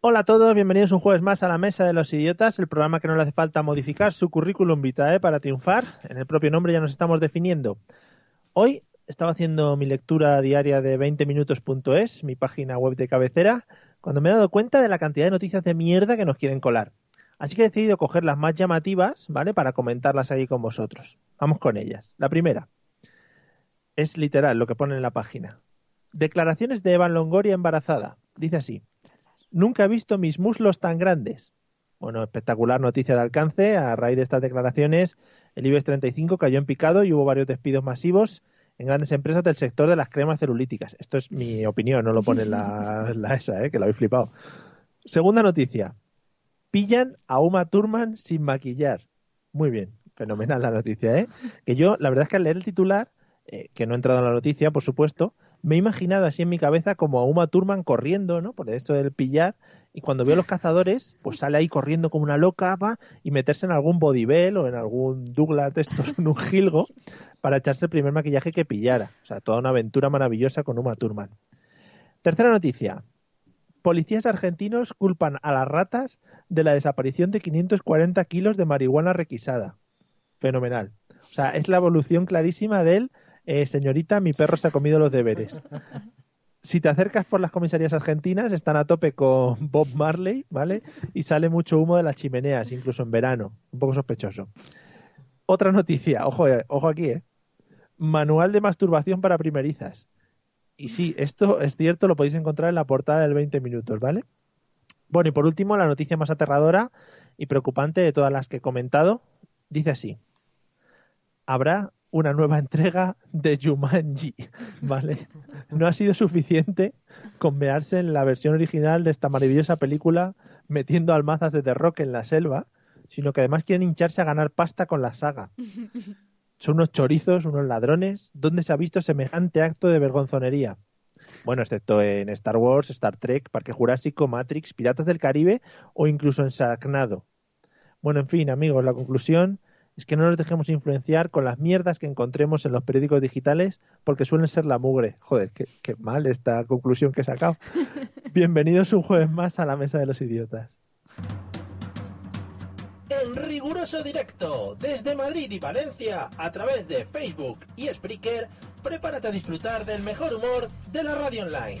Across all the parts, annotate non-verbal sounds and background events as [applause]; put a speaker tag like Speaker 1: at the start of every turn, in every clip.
Speaker 1: Hola a todos, bienvenidos un jueves más a la Mesa de los Idiotas, el programa que no le hace falta modificar su currículum vitae para triunfar. En el propio nombre ya nos estamos definiendo. Hoy estaba haciendo mi lectura diaria de 20minutos.es, mi página web de cabecera, cuando me he dado cuenta de la cantidad de noticias de mierda que nos quieren colar. Así que he decidido coger las más llamativas, ¿vale? Para comentarlas ahí con vosotros. Vamos con ellas. La primera. Es literal lo que pone en la página. Declaraciones de Evan Longoria embarazada. Dice así. Nunca he visto mis muslos tan grandes. Bueno, espectacular noticia de alcance. A raíz de estas declaraciones, el E IBEX 35 cayó en picado y hubo varios despidos masivos en grandes empresas del sector de las cremas celulíticas. Esto es mi opinión, no lo pone la, la esa, ¿eh? que la habéis flipado. Segunda noticia. Pillan a Uma Thurman sin maquillar. Muy bien, fenomenal la noticia, ¿eh? Que yo, la verdad es que al leer el titular, eh, que no he entrado en la noticia, por supuesto, me he imaginado así en mi cabeza como a Uma Thurman corriendo, ¿no? Por esto del pillar. Y cuando veo a los cazadores, pues sale ahí corriendo como una loca va, y meterse en algún bodybell o en algún Douglas de estos, en un gilgo, para echarse el primer maquillaje que pillara. O sea, toda una aventura maravillosa con Uma Thurman. Tercera noticia. Policías argentinos culpan a las ratas de la desaparición de 540 kilos de marihuana requisada. Fenomenal. O sea, es la evolución clarísima del eh, señorita, mi perro se ha comido los deberes. Si te acercas por las comisarías argentinas, están a tope con [laughs] Bob Marley, ¿vale? Y sale mucho humo de las chimeneas, incluso en verano. Un poco sospechoso. Otra noticia, ojo, eh, ojo aquí, ¿eh? Manual de masturbación para primerizas. Y sí, esto es cierto, lo podéis encontrar en la portada del 20 minutos, ¿vale? Bueno, y por último, la noticia más aterradora y preocupante de todas las que he comentado, dice así. Habrá una nueva entrega de Jumanji, [laughs] ¿vale? No ha sido suficiente con mearse en la versión original de esta maravillosa película metiendo almazas de The Rock en la selva, sino que además quieren hincharse a ganar pasta con la saga. Son unos chorizos, unos ladrones. ¿Dónde se ha visto semejante acto de vergonzonería? Bueno, excepto en Star Wars, Star Trek, Parque Jurásico, Matrix, Piratas del Caribe o incluso en Sarnado. Bueno, en fin, amigos, la conclusión es que no nos dejemos influenciar con las mierdas que encontremos en los periódicos digitales porque suelen ser la mugre. Joder, qué, qué mal esta conclusión que he sacado. Bienvenidos un jueves más a la Mesa de los Idiotas.
Speaker 2: En riguroso directo, desde Madrid y Valencia, a través de Facebook y Spreaker, prepárate a disfrutar del mejor humor de la radio online.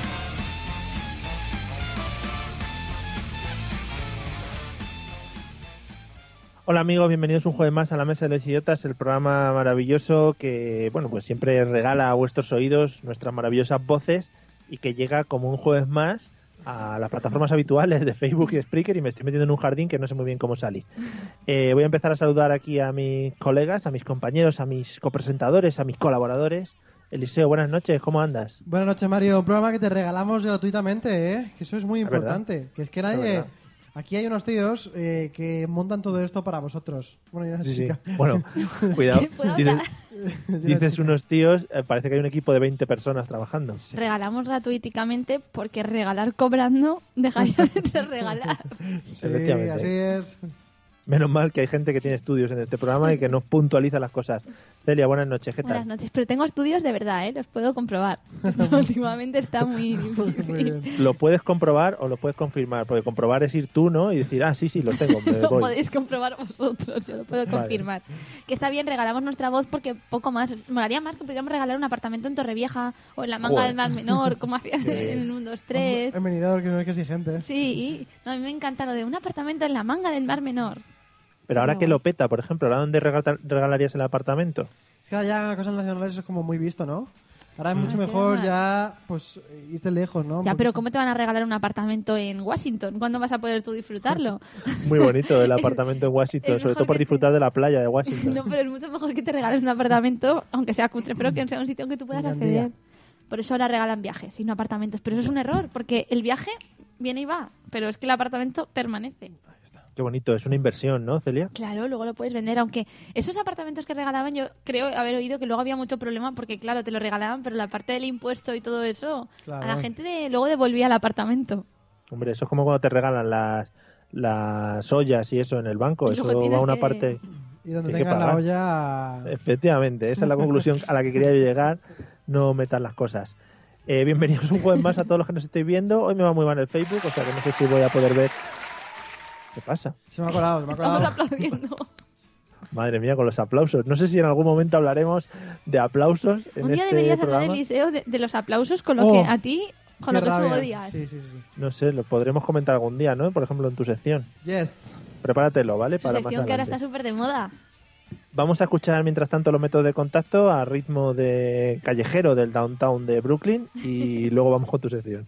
Speaker 1: Hola amigos, bienvenidos un jueves más a la Mesa de los Idiotas, el programa maravilloso que, bueno, pues siempre regala a vuestros oídos nuestras maravillosas voces y que llega como un jueves más a las plataformas habituales de Facebook y Spreaker y me estoy metiendo en un jardín que no sé muy bien cómo salí. Eh, voy a empezar a saludar aquí a mis colegas, a mis compañeros, a mis copresentadores, a mis colaboradores. Eliseo, buenas noches, ¿cómo andas?
Speaker 3: Buenas noches, Mario. Un programa que te regalamos gratuitamente, ¿eh? Que eso es muy
Speaker 1: Es verdad.
Speaker 3: importante. Que es que
Speaker 1: Es
Speaker 3: nadie...
Speaker 1: verdad.
Speaker 3: Aquí hay unos tíos eh, que montan todo esto para vosotros. Bueno, y una
Speaker 1: Sí, sí.
Speaker 3: chica.
Speaker 1: Bueno,
Speaker 4: [laughs]
Speaker 1: cuidado.
Speaker 4: ¿Puedo
Speaker 1: Dices-
Speaker 4: hablar?
Speaker 3: Y
Speaker 1: [laughs]
Speaker 3: una
Speaker 1: Dices
Speaker 3: chica.
Speaker 1: unos tíos, eh, parece que hay un equipo de 20 personas trabajando.
Speaker 4: Regalamos gratuitamente porque regalar cobrando dejaría
Speaker 1: [laughs]
Speaker 4: de ser regalar.
Speaker 3: Sí,
Speaker 1: efectivamente.
Speaker 3: así es.
Speaker 1: Menos mal que hay gente que tiene estudios en este programa y que nos puntualiza las cosas. Celia, buenas noches, ¿qué
Speaker 4: Buenas
Speaker 1: tal?
Speaker 4: noches, pero tengo estudios de verdad, ¿eh? los puedo comprobar.
Speaker 1: [laughs]
Speaker 4: Esto últimamente está muy
Speaker 3: Muy
Speaker 4: difícil.
Speaker 3: bien.
Speaker 1: Lo puedes comprobar o lo puedes confirmar, porque comprobar es ir tú, ¿no? Y decir, ah, sí, sí, lo tengo,
Speaker 4: [laughs]
Speaker 1: me
Speaker 4: Lo
Speaker 1: voy.
Speaker 4: podéis comprobar vosotros, yo lo puedo
Speaker 1: Vale.
Speaker 4: confirmar. Que está bien, regalamos nuestra voz porque poco más. Os Molaría más que pudiéramos regalar un apartamento en Torrevieja o en la manga
Speaker 1: Joder. eh,
Speaker 4: del Mar Menor,
Speaker 1: [laughs]
Speaker 4: como hacían en 1, 2, 3.
Speaker 3: En venidor, que no es que exigente.
Speaker 4: Sí, no, a mí me encanta lo de un apartamento en la manga del Mar Menor.
Speaker 1: Pero ahora
Speaker 4: No.
Speaker 1: que lo peta, por ejemplo, ¿ahora dónde regata- regalarías el apartamento?
Speaker 3: Es que ahora ya cosas nacionales es como muy visto, ¿no? Ahora es mucho
Speaker 4: Ah. qué
Speaker 3: mejor
Speaker 4: mal.
Speaker 3: ya, pues, irte lejos, ¿no? Un
Speaker 1: pues
Speaker 4: Ya, pero
Speaker 3: poquito.
Speaker 4: ¿cómo te van a regalar un apartamento en Washington? ¿Cuándo vas a poder tú disfrutarlo?
Speaker 1: Muy bonito
Speaker 4: [laughs]
Speaker 1: el apartamento en Washington,
Speaker 4: es
Speaker 1: sobre
Speaker 4: mejor
Speaker 1: todo por
Speaker 4: que te-
Speaker 1: disfrutar de la playa de Washington.
Speaker 4: [laughs] No, pero es mucho mejor que te regales un apartamento, aunque sea cutre, pero que sea un sitio que tú puedas
Speaker 3: En
Speaker 4: acceder.
Speaker 3: Gandía.
Speaker 4: Por eso ahora regalan viajes y no apartamentos. Pero eso es un error, porque el viaje viene y va, pero es que el apartamento permanece.
Speaker 1: Qué bonito, es una inversión, ¿no, Celia?
Speaker 4: Claro, luego lo puedes vender, aunque esos apartamentos que regalaban, yo creo haber oído que luego había mucho problema porque, claro, te lo regalaban, pero la parte del impuesto y todo eso,
Speaker 3: Claro.
Speaker 4: a la gente de- luego devolvía el apartamento.
Speaker 1: Hombre, eso es como cuando te regalan las, las ollas y eso en el banco.
Speaker 4: Y
Speaker 1: Eso
Speaker 4: luego
Speaker 1: va
Speaker 4: tienes
Speaker 1: a una
Speaker 4: que-
Speaker 1: parte.
Speaker 3: Y donde
Speaker 1: Sí, que Eh.
Speaker 3: tengas la
Speaker 1: pagar.
Speaker 3: olla.
Speaker 1: Efectivamente, esa es la conclusión a la que quería yo llegar. No metan las cosas. Eh, bienvenidos un jueves más a todos los que nos estéis viendo. Hoy me va muy mal el Facebook, o sea que no sé si voy a poder ver. ¿Qué pasa?
Speaker 3: Se me ha colado, se me ha
Speaker 4: Estamos
Speaker 3: colado. [laughs]
Speaker 4: aplaudiendo.
Speaker 1: Madre mía, con los aplausos. No sé si en algún momento hablaremos de aplausos en
Speaker 4: Un día
Speaker 1: este
Speaker 4: deberías
Speaker 1: programa.
Speaker 4: hablar, Eliseo, de, de los aplausos con lo
Speaker 3: Oh,
Speaker 4: que a ti, con lo
Speaker 3: Qué
Speaker 4: que tú
Speaker 3: rabia.
Speaker 4: odias.
Speaker 3: Sí, sí, sí.
Speaker 1: No sé, lo podremos comentar algún día, ¿no? Por ejemplo, en tu sección.
Speaker 3: Yes.
Speaker 1: Prepáratelo, ¿vale?
Speaker 4: Su sección que ahora está súper de moda.
Speaker 1: Vamos a escuchar mientras tanto los métodos de contacto a ritmo de callejero del downtown de Brooklyn y luego vamos con tu sección.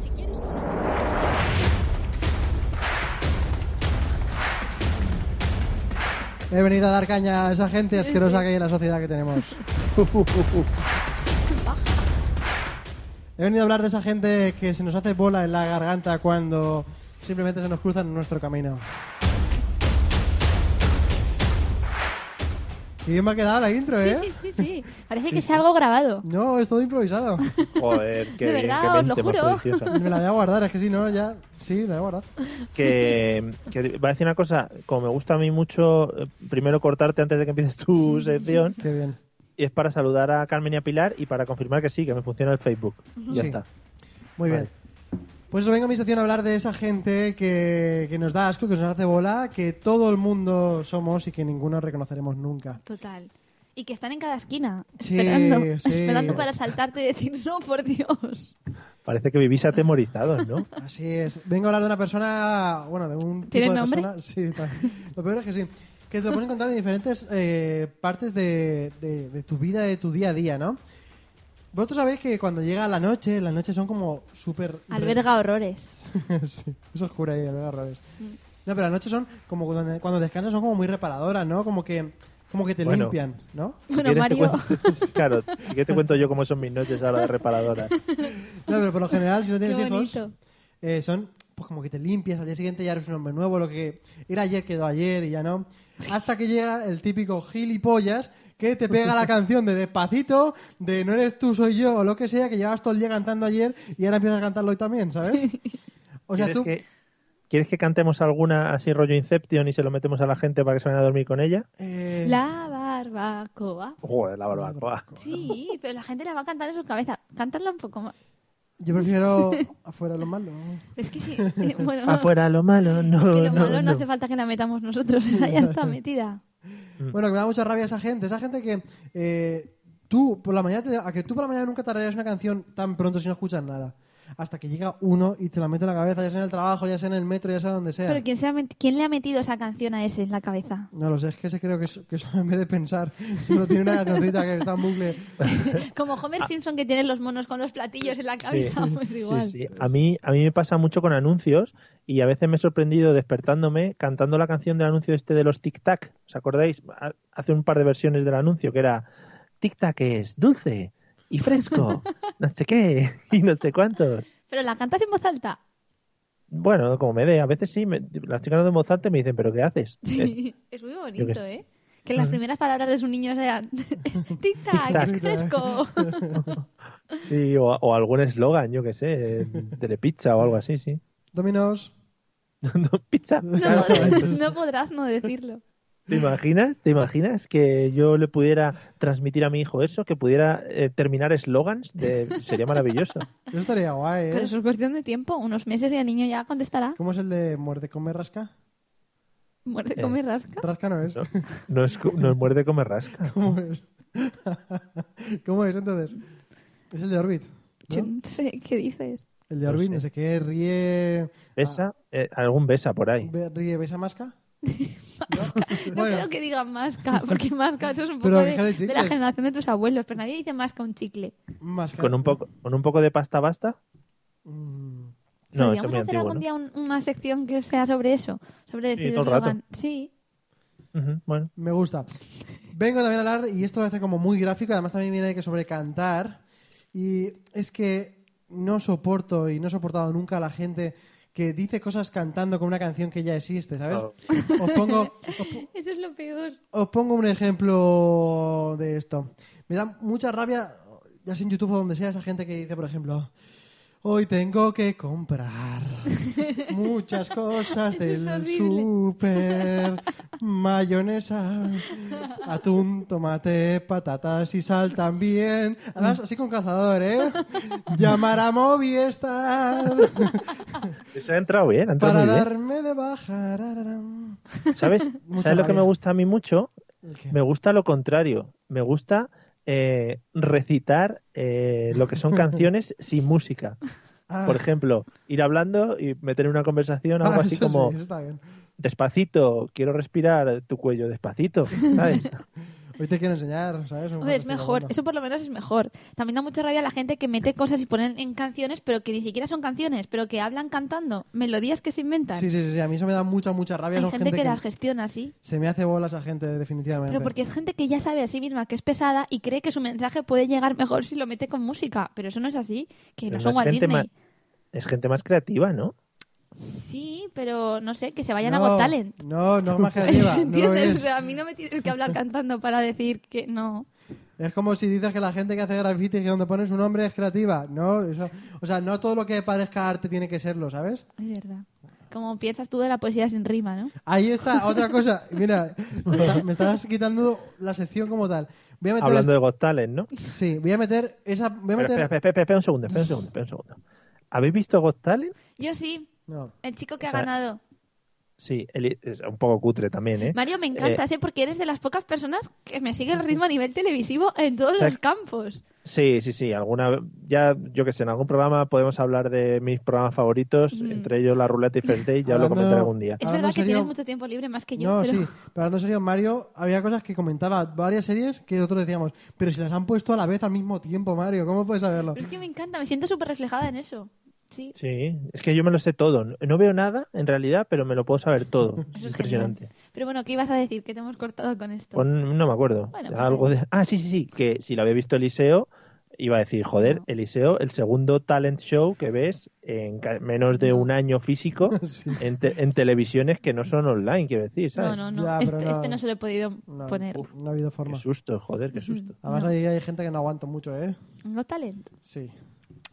Speaker 5: Si quieres ponerte-
Speaker 3: He venido a dar caña a esa gente asquerosa que hay en la sociedad
Speaker 4: [laughs]
Speaker 3: que tenemos. He venido a hablar de esa gente que se nos hace bola en la garganta cuando simplemente se nos cruzan en nuestro camino. Qué bien me ha quedado la intro,
Speaker 4: Sí,
Speaker 3: ¿eh?
Speaker 4: sí, sí, sí. Parece que sea algo grabado.
Speaker 3: No, es todo improvisado.
Speaker 4: [laughs]
Speaker 1: Joder, qué
Speaker 4: De
Speaker 1: bien,
Speaker 4: verdad,
Speaker 1: qué
Speaker 4: os lo
Speaker 1: mente más
Speaker 4: juro.
Speaker 1: prodigiosa.
Speaker 4: [laughs]
Speaker 3: Me la voy a guardar, es que si no, ya. Sí, la voy a guardar.
Speaker 1: que, que va a decir una cosa, como me gusta a mí mucho, eh, primero cortarte antes de que empieces
Speaker 4: [laughs]
Speaker 1: tu sección,
Speaker 3: Qué bien.
Speaker 1: y es para saludar a Carmen y a Pilar y para confirmar que sí, que me funciona el Facebook. Ya
Speaker 3: Sí.
Speaker 1: está.
Speaker 3: Muy
Speaker 1: Vale.
Speaker 3: bien. Pues vengo a mi sección a hablar de esa gente que, que nos da asco, que nos hace bola, que todo el mundo somos y que ninguno reconoceremos nunca.
Speaker 4: Total. Y que están en cada esquina,
Speaker 3: Sí,
Speaker 4: esperando,
Speaker 3: sí.
Speaker 4: esperando para saltarte y decir, no, por Dios.
Speaker 1: Parece que vivís atemorizados,
Speaker 4: [laughs]
Speaker 1: ¿no?
Speaker 3: Así es. Vengo a hablar de una persona, bueno, de un tipo
Speaker 4: ¿Tiene
Speaker 3: de
Speaker 4: nombre?
Speaker 3: persona- Sí, [laughs] pa- lo peor es que sí. Que te lo pueden encontrar en diferentes eh, partes de, de- de tu vida, de tu día a día, ¿no? Vosotros sabéis que cuando llega la noche, las noches son como súper...
Speaker 4: Alberga horrores.
Speaker 3: [laughs] sí, es oscura ahí, alberga raro.
Speaker 4: Mm.
Speaker 3: No, pero las noches son como cuando, cuando descansas son como muy reparadoras, ¿no? Como que, como que te
Speaker 1: Bueno.
Speaker 3: limpian, ¿no?
Speaker 4: Bueno,
Speaker 1: ¿Quieres te
Speaker 4: Mario,
Speaker 1: cuento- [laughs]
Speaker 4: [laughs]
Speaker 1: claro, ¿y ¿qué te cuento yo cómo son mis noches ahora de reparadora?
Speaker 3: No, pero por lo general, si no
Speaker 4: [laughs] qué
Speaker 3: tienes hijos,
Speaker 4: bonito.
Speaker 3: eh, son pues como que te limpias, al día siguiente ya eres un hombre nuevo, lo que era ayer quedó ayer y ya no. Hasta que llega el típico gilipollas que te pega
Speaker 1: [laughs]
Speaker 3: la canción de despacito, de no eres tú, soy yo, o lo que sea, que llevabas todo el día cantando ayer y ahora empiezas a cantarlo hoy
Speaker 4: [laughs]
Speaker 3: también, ¿sabes? O sea,
Speaker 1: ¿Quieres
Speaker 3: tú...
Speaker 1: que- ¿Quieres que cantemos alguna así rollo Inception y se lo metemos a la gente para que se vayan a dormir con ella?
Speaker 3: eh,
Speaker 4: La barbacoa.
Speaker 1: Joder, la barbacoa.
Speaker 4: Sí, pero la gente la va a cantar en su cabeza. Cántala un poco más.
Speaker 3: Yo prefiero [laughs] afuera lo malo.
Speaker 4: Es que sí, eh, bueno,
Speaker 1: Afuera Ah, lo malo, no,
Speaker 4: es que lo
Speaker 1: pues, no,
Speaker 4: malo no,
Speaker 1: no.
Speaker 4: hace falta que la metamos nosotros, [laughs] esa ya está metida.
Speaker 3: Bueno, que me da mucha rabia esa gente. Esa gente que eh, tú por la mañana te- a que tú por la mañana nunca tarareas una canción tan pronto si no escuchas nada. Hasta que llega uno y te la mete en la cabeza, ya sea en el trabajo, ya sea en el metro, ya sea donde sea.
Speaker 4: Pero ¿quién, se ha met- ¿quién le ha metido esa canción a ese en la cabeza?
Speaker 3: No lo sé, es que ese creo que, es- que eso [laughs] en vez de pensar, solo tiene una cancioncita que está en bucle.
Speaker 4: Como Homer Simpson que tiene los monos con los platillos en la cabeza, pues igual.
Speaker 1: Sí, sí. A mí, a mí me pasa mucho con anuncios y a veces me he sorprendido despertándome cantando la canción del anuncio este de los Tic Tac. ¿Os acordáis? Ha- Hace un par de versiones del anuncio que era Tic Tac es dulce y fresco, no sé qué [laughs] y no sé cuántos.
Speaker 4: Pero la cantas en voz alta.
Speaker 1: Bueno, como me dé, a veces sí, me, la estoy cantando en voz alta y me dicen, ¿pero qué [laughs] haces? Es-
Speaker 4: Sí, es muy
Speaker 1: Yo
Speaker 4: bonito,
Speaker 1: qué sé. Ah.
Speaker 4: ¿eh? Que las primeras palabras de su niño sean [laughs] tic-tac,
Speaker 1: Tic-tac. [laughs]
Speaker 4: es fresco.
Speaker 1: sí, o, o algún eslogan, yo qué sé, telepizza o algo así, sí. [laughs]
Speaker 3: Dominos.
Speaker 1: No, pizza.
Speaker 4: No, podrás, no podrás no decirlo.
Speaker 1: ¿Te imaginas? ¿Te imaginas que yo le pudiera transmitir a mi hijo eso? Que pudiera eh, terminar eslogans de... sería maravilloso.
Speaker 3: [laughs] Eso estaría guay, ¿eh?
Speaker 4: Pero eso es cuestión de tiempo, unos meses y el niño ya contestará.
Speaker 3: ¿Cómo es el de muerde, come, rasca?
Speaker 4: Muerde,
Speaker 1: Eh,
Speaker 4: come y rasca.
Speaker 3: Rasca no es.
Speaker 1: No, no es, co- no es muerde come rasca.
Speaker 3: [laughs] ¿Cómo es? [laughs] ¿Cómo es entonces? Es el de Orbit. ¿no?
Speaker 4: Yo no sé qué dices.
Speaker 3: El de
Speaker 1: No
Speaker 3: Orbit,
Speaker 1: sé.
Speaker 3: no sé qué, ríe.
Speaker 1: Besa, eh, algún besa por ahí.
Speaker 3: Be-
Speaker 4: [laughs]
Speaker 3: ¿Ríe Besamasca?
Speaker 4: No
Speaker 3: Bueno.
Speaker 4: creo que
Speaker 1: [laughs]
Speaker 4: digan masca, porque masca eso es un
Speaker 3: Pero
Speaker 4: poco
Speaker 3: dejar
Speaker 4: de,
Speaker 3: el chicle.
Speaker 4: de la generación de tus abuelos, pero nadie dice masca un chicle.
Speaker 3: Masca.
Speaker 1: Con un poco, con un poco de pasta basta.
Speaker 3: Mm,
Speaker 1: No, eso es
Speaker 4: Podríamos
Speaker 1: muy
Speaker 4: hacer
Speaker 1: antiguo.
Speaker 4: algún
Speaker 1: ¿no?
Speaker 4: día un- una sección que sea sobre eso, sobre decir
Speaker 1: todo el
Speaker 4: eslogan.
Speaker 1: rato.
Speaker 4: Sí,
Speaker 1: Ujú, bueno,
Speaker 3: me gusta. Vengo también a hablar, y esto lo hace como muy gráfico, además también viene que sobre cantar. Y es que no soporto y no he soportado nunca a la gente que dice cosas cantando con una canción que ya existe, ¿sabes?
Speaker 1: Claro.
Speaker 3: Os pongo,
Speaker 4: [laughs]
Speaker 3: os po-
Speaker 4: eso es lo peor.
Speaker 3: Os pongo un ejemplo de esto. Me da mucha rabia, ya sea en YouTube o donde sea, esa gente que dice, por ejemplo, hoy tengo
Speaker 4: [laughs]
Speaker 3: que comprar muchas cosas
Speaker 4: Eso es
Speaker 3: del
Speaker 4: horrible.
Speaker 3: súper,
Speaker 4: [laughs]
Speaker 3: mayonesa, atún, tomate, patatas y sal también. Además, así con cazador, ¿eh? Llamar a Movistar
Speaker 1: se ha entrado bien, ha entrado
Speaker 3: para
Speaker 1: muy bien.
Speaker 3: darme de baja. rararam. [laughs]
Speaker 1: ¿Sabes?
Speaker 3: Mucha
Speaker 1: ¿Sabes lo que
Speaker 3: rabia.
Speaker 1: me gusta a mí mucho?
Speaker 3: ¿El qué?
Speaker 1: Me gusta lo contrario. Me gusta eh, recitar eh, lo que
Speaker 3: [laughs]
Speaker 1: son canciones sin música.
Speaker 3: Ah,
Speaker 1: Por ejemplo, ir hablando y meter en una conversación algo
Speaker 3: ah,
Speaker 1: así
Speaker 3: eso
Speaker 1: como
Speaker 3: sí, eso está bien.
Speaker 1: despacito, quiero respirar tu cuello despacito,
Speaker 4: [laughs]
Speaker 1: ¿sabes?
Speaker 3: Hoy te quiero enseñar, ¿sabes? Un
Speaker 4: Hombre, es
Speaker 3: cuento estoy
Speaker 4: mejor,
Speaker 3: grabando.
Speaker 4: eso por lo menos es mejor. También da mucha rabia la gente que mete cosas y ponen en canciones, pero que ni siquiera son canciones, pero que hablan cantando, melodías que se inventan.
Speaker 3: Sí, sí, sí, sí, a mí eso me da mucha, mucha rabia.
Speaker 4: Hay
Speaker 3: Son
Speaker 4: gente, que, las gestiona así,
Speaker 3: Se me hace bolas a gente, definitivamente.
Speaker 4: pero porque es gente que ya sabe a sí misma que es pesada y cree que su mensaje puede llegar mejor si lo mete con música, pero eso no es así, que
Speaker 1: Pero
Speaker 4: no son
Speaker 1: es
Speaker 4: Walt
Speaker 1: gente más-
Speaker 4: Disney.
Speaker 1: Es gente más creativa, ¿no?
Speaker 4: Sí, pero no sé, que se vayan
Speaker 3: no,
Speaker 4: a Got Talent.
Speaker 3: No, no
Speaker 4: [laughs]
Speaker 3: es más creativa. no lo
Speaker 4: ¿Entiendes? O
Speaker 3: es.
Speaker 4: sea, a mí no me tienes que hablar cantando para decir que no.
Speaker 3: Es como si dices que la gente que hace graffiti que donde pones un nombre es creativa. No, eso- o sea, no todo lo que parezca arte tiene que serlo, ¿sabes?
Speaker 4: Es verdad. Como piensas tú de la poesía sin rima, ¿no?
Speaker 3: Ahí está, otra cosa. Mira, me, está- me estás quitando la sección como tal. Voy a meter
Speaker 1: Hablando de Got Talent, ¿no?
Speaker 3: est- Sí, voy a meter esa... Voy
Speaker 1: Pero
Speaker 3: a meter...
Speaker 1: espera, espera, espera, espera un segundo, espera un segundo, espera un segundo. ¿Habéis visto Got Talent?
Speaker 4: Yo sí,
Speaker 3: No.
Speaker 4: el chico que
Speaker 1: O sea,
Speaker 4: ha ganado.
Speaker 1: Sí, el- es un poco cutre también, ¿eh?
Speaker 4: Mario, me encantas, ¿eh? porque eres de las pocas personas que me sigue el ritmo a nivel televisivo en todos
Speaker 1: O sea,
Speaker 4: los campos.
Speaker 1: Sí, sí, sí. Alguna, ya, yo que sé, en algún programa podemos hablar de mis programas favoritos,
Speaker 4: Mm.
Speaker 1: entre ellos la ruleta y Fernday, ya lo
Speaker 3: Hablando-
Speaker 1: comentaré algún día.
Speaker 4: Es
Speaker 3: hablando
Speaker 4: verdad
Speaker 3: en
Speaker 4: que
Speaker 3: serio-
Speaker 4: tienes mucho tiempo libre más que yo.
Speaker 3: no,
Speaker 4: pero...
Speaker 3: sí, pero hablando en serio, Mario, había cosas que comentaba, varias series que nosotros decíamos, pero si las han puesto a la vez al mismo tiempo, Mario, ¿cómo puedes
Speaker 4: [laughs]
Speaker 3: saberlo? [laughs]
Speaker 4: Pero es que me encanta, me siento súper reflejada en eso. Sí,
Speaker 1: Sí, es que yo me lo sé todo. No- No veo nada, en realidad, pero me lo puedo saber todo.
Speaker 4: eso es
Speaker 1: Impresionante.
Speaker 4: genial. Pero bueno, ¿qué ibas a decir? Que te hemos cortado con esto.
Speaker 1: Pues no me acuerdo.
Speaker 4: Bueno, pues
Speaker 1: Algo de... Ah, sí, sí, sí, que si lo había visto Eliseo, iba a decir, joder,
Speaker 4: No.
Speaker 1: Eliseo, el segundo talent show que ves en ca- menos de
Speaker 4: No.
Speaker 1: un año físico
Speaker 3: Sí.
Speaker 1: en, te- en televisiones que no son online, quiero decir, ¿sabes?
Speaker 4: No, no, no.
Speaker 3: Ya,
Speaker 4: este,
Speaker 3: pero no.
Speaker 4: este no se lo he podido
Speaker 3: No,
Speaker 4: poner.
Speaker 3: uf, no ha habido
Speaker 1: Qué
Speaker 3: forma.
Speaker 1: susto, joder, qué susto.
Speaker 3: Además,
Speaker 4: No.
Speaker 3: ahí hay gente que no aguanto mucho, ¿eh?
Speaker 4: No talent.
Speaker 3: Sí.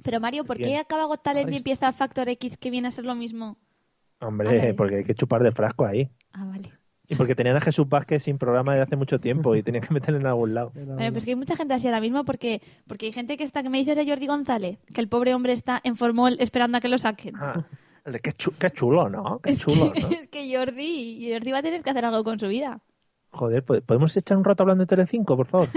Speaker 4: Pero Mario, ¿por qué
Speaker 1: Bien.
Speaker 4: acaba Got Talent y
Speaker 3: Arrest-
Speaker 4: empieza Factor X que viene a ser lo mismo?
Speaker 1: Hombre,
Speaker 4: Ándale.
Speaker 1: porque hay que chupar del frasco ahí.
Speaker 4: Ah, vale.
Speaker 1: Y porque tenían a Jesús Vázquez sin programa desde hace mucho tiempo y tenían que meterlo en algún lado.
Speaker 3: Era
Speaker 4: Bueno,
Speaker 3: una-
Speaker 4: pues que hay mucha gente así ahora mismo porque, porque hay gente que está, que me dices de Jordi González, que el pobre hombre está en formol esperando a que lo saquen.
Speaker 1: Ah, el de qué, chu- qué chulo, ¿no? Qué
Speaker 4: es,
Speaker 1: chulo,
Speaker 4: que,
Speaker 1: ¿no?
Speaker 4: [laughs] es que Jordi, Jordi va a tener que hacer algo con su vida. [laughs]
Speaker 1: Joder, ¿pod- ¿podemos echar un rato hablando de Telecinco, por favor?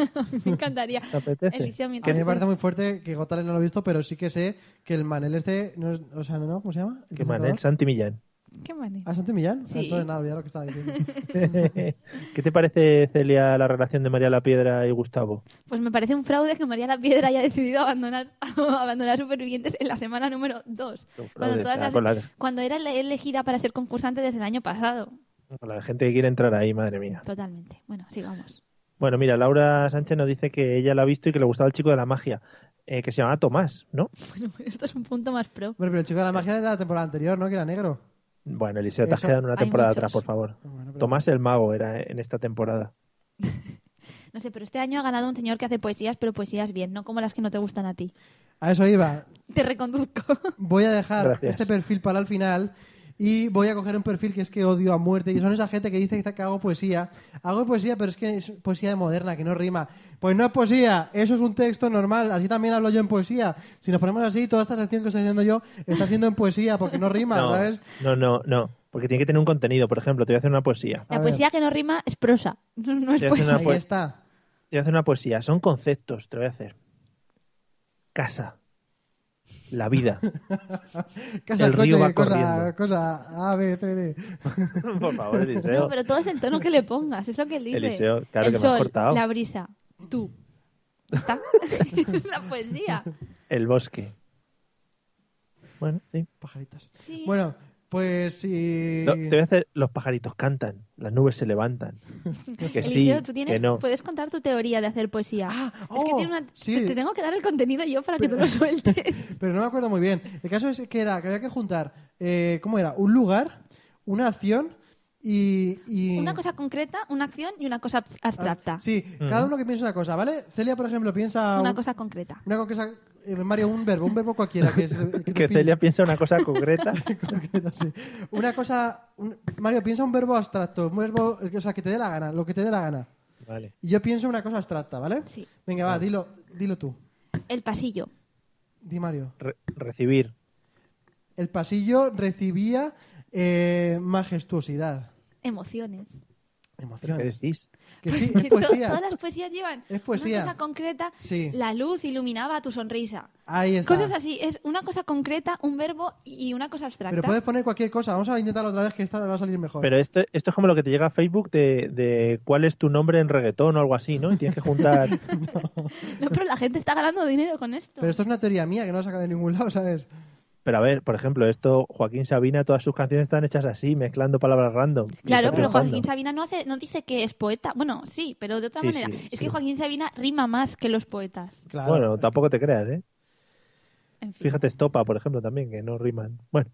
Speaker 4: me encantaría.
Speaker 1: ¿Te apetece?
Speaker 4: Eliseo,
Speaker 3: A
Speaker 4: mientras
Speaker 3: mí me parece
Speaker 4: tanto-
Speaker 3: muy fuerte que Gotales no lo he visto, pero sí que sé que el Manel este, no es- o sea, ¿no? ¿Cómo se llama? ¿El
Speaker 1: Qué
Speaker 3: presentador?
Speaker 1: manel, Santi Millán.
Speaker 4: Qué manera.
Speaker 3: Ah, Santi Millán.
Speaker 4: Sí.
Speaker 3: Ah, Entonces, nada, olvidar lo que estaba diciendo.
Speaker 1: [laughs] ¿Qué te parece, Celia, la relación de María la Piedra y Gustavo?
Speaker 4: Pues me parece un fraude que María la Piedra haya decidido abandonar, [laughs] abandonar Supervivientes en la semana número 2.
Speaker 1: Es un fraude,
Speaker 4: Cuando, todas
Speaker 1: o sea,
Speaker 4: las-
Speaker 1: con, la,
Speaker 4: cuando era la- elegida para ser concursante desde el año pasado.
Speaker 1: con la gente que quiere entrar ahí, madre mía.
Speaker 4: Totalmente. Bueno, sigamos.
Speaker 1: Bueno, mira, Laura Sánchez nos dice que ella la ha visto y que le gustaba el chico de la magia, eh, que se llamaba Tomás, ¿no?
Speaker 4: [laughs] Bueno, pues esto es un punto más pro.
Speaker 3: bueno, pero el chico de la magia era de la temporada anterior, ¿no? Que era negro.
Speaker 1: Bueno, Eliseo, te has
Speaker 3: Eso-
Speaker 1: quedado en una
Speaker 4: hay
Speaker 1: temporada
Speaker 4: muchos.
Speaker 1: atrás, por favor.
Speaker 3: Bueno, pero-
Speaker 1: Tomás el Mago era eh, en esta temporada.
Speaker 4: No sé, pero este año ha ganado un señor que hace poesías, pero poesías bien, no como las que no te gustan a ti.
Speaker 3: A eso iba.
Speaker 4: Te reconduzco.
Speaker 3: Voy a dejar
Speaker 1: Gracias.
Speaker 3: este perfil para el final y voy a coger un perfil que es que odio a muerte y son esa gente que dice que hago poesía. Hago poesía, pero es que es poesía moderna, que no rima. Pues no es poesía, eso es un texto normal, así también hablo yo en poesía. Si nos ponemos así, toda esta sección que estoy haciendo yo está siendo en poesía porque no
Speaker 1: [laughs]
Speaker 3: rima,
Speaker 1: No,
Speaker 3: ¿sabes?
Speaker 1: no, no, no, porque tiene que tener un contenido. Por ejemplo, te voy a hacer una poesía.
Speaker 3: A
Speaker 4: La
Speaker 3: ver.
Speaker 4: poesía que no rima es prosa, [laughs] no, no es
Speaker 1: Te hace
Speaker 4: poesía.
Speaker 1: una
Speaker 3: Ahí
Speaker 1: poe-
Speaker 3: está.
Speaker 1: Te voy a hacer una poesía, son conceptos, te voy a hacer. Casa, la vida.
Speaker 3: Casa,
Speaker 1: El río
Speaker 3: coche,
Speaker 1: va
Speaker 3: cosa,
Speaker 1: corriendo.
Speaker 3: cosa, A, B, C, D.
Speaker 1: [laughs] Por favor, Eliseo.
Speaker 4: No, pero todo es el tono que le pongas, es lo que él dice.
Speaker 1: Eliseo, claro
Speaker 4: el
Speaker 1: que me has
Speaker 4: sol,
Speaker 1: cortado.
Speaker 4: la brisa, tú.
Speaker 1: [laughs]
Speaker 4: Está. [laughs] es la poesía.
Speaker 1: El bosque. Bueno, sí.
Speaker 3: Pajaritas.
Speaker 4: Sí.
Speaker 3: Bueno, pues si...
Speaker 1: Lo- te voy a hacer. Los pajaritos cantan, las nubes se
Speaker 4: [laughs]
Speaker 1: levantan. Que sí,
Speaker 4: Eliseo, tú tienes, pues,
Speaker 1: que no.
Speaker 4: puedes contar tu teoría de hacer poesía.
Speaker 3: Ah,
Speaker 4: es que
Speaker 3: oh,
Speaker 4: tiene una,
Speaker 3: sí.
Speaker 4: te, te tengo que dar el contenido yo para que tú lo
Speaker 3: [laughs]
Speaker 4: sueltes.
Speaker 3: Pero no me acuerdo muy bien. El caso es que era que había que juntar, eh, ¿cómo era? Un lugar, una acción y... y- Ah,
Speaker 4: Una cosa concreta, una acción y una cosa abstracta.
Speaker 3: Sí, cada uno que piensa una cosa, ¿vale? Celia, por ejemplo, piensa...
Speaker 4: Una
Speaker 3: un-
Speaker 4: cosa concreta.
Speaker 3: Una cosa... eh, Mario, un verbo, un verbo cualquiera. Que, se- que te
Speaker 1: Que
Speaker 3: pille.
Speaker 1: Celia
Speaker 3: [laughs]
Speaker 1: piensa una cosa concreta.
Speaker 3: Concreto, sí. Una cosa... un- Mario, piensa un verbo abstracto, un verbo... eh, O sea, que te dé la gana, lo que te dé la gana.
Speaker 1: vale.
Speaker 3: Y yo pienso una cosa abstracta, ¿vale?
Speaker 4: Sí.
Speaker 3: Venga, va, dilo, dilo tú.
Speaker 4: El pasillo.
Speaker 3: Di Mario.
Speaker 1: Re- recibir.
Speaker 3: El pasillo recibía eh, majestuosidad.
Speaker 4: Emociones.
Speaker 1: ¿Pero ¿Qué
Speaker 3: Emociones.
Speaker 1: decís?
Speaker 3: Que
Speaker 4: [laughs]
Speaker 3: sí,
Speaker 4: Que
Speaker 3: es
Speaker 4: to-
Speaker 3: poesía.
Speaker 4: todas las poesías llevan
Speaker 3: Es poesía.
Speaker 4: una cosa concreta.
Speaker 3: Sí.
Speaker 4: La luz iluminaba tu sonrisa.
Speaker 3: Ahí está.
Speaker 4: Cosas así. Es una cosa concreta, un verbo y una cosa abstracta.
Speaker 3: Pero puedes poner cualquier cosa. Vamos a intentar otra vez que esta me va a salir mejor.
Speaker 1: Pero esto, esto es como lo que te llega a Facebook de, de cuál es tu nombre en reggaetón o algo así, ¿no? Y tienes que juntar.
Speaker 4: [laughs] No, pero la gente está ganando dinero con esto.
Speaker 3: Pero esto es una teoría mía que no la saca de ningún lado, ¿sabes?
Speaker 1: Pero a ver, por ejemplo, esto, Joaquín Sabina, todas sus canciones están hechas así, mezclando palabras random. Y
Speaker 4: Claro,
Speaker 1: está
Speaker 4: pero
Speaker 1: triunfando.
Speaker 4: Joaquín Sabina no hace, no dice que es poeta. Bueno, sí, pero de otra
Speaker 1: Sí,
Speaker 4: manera.
Speaker 1: sí,
Speaker 4: es
Speaker 1: sí.
Speaker 4: que Joaquín Sabina rima más que los poetas.
Speaker 3: Claro.
Speaker 1: Bueno, tampoco te creas, ¿eh?
Speaker 4: En fin.
Speaker 1: Fíjate, Estopa, por ejemplo, también, que no riman. Bueno,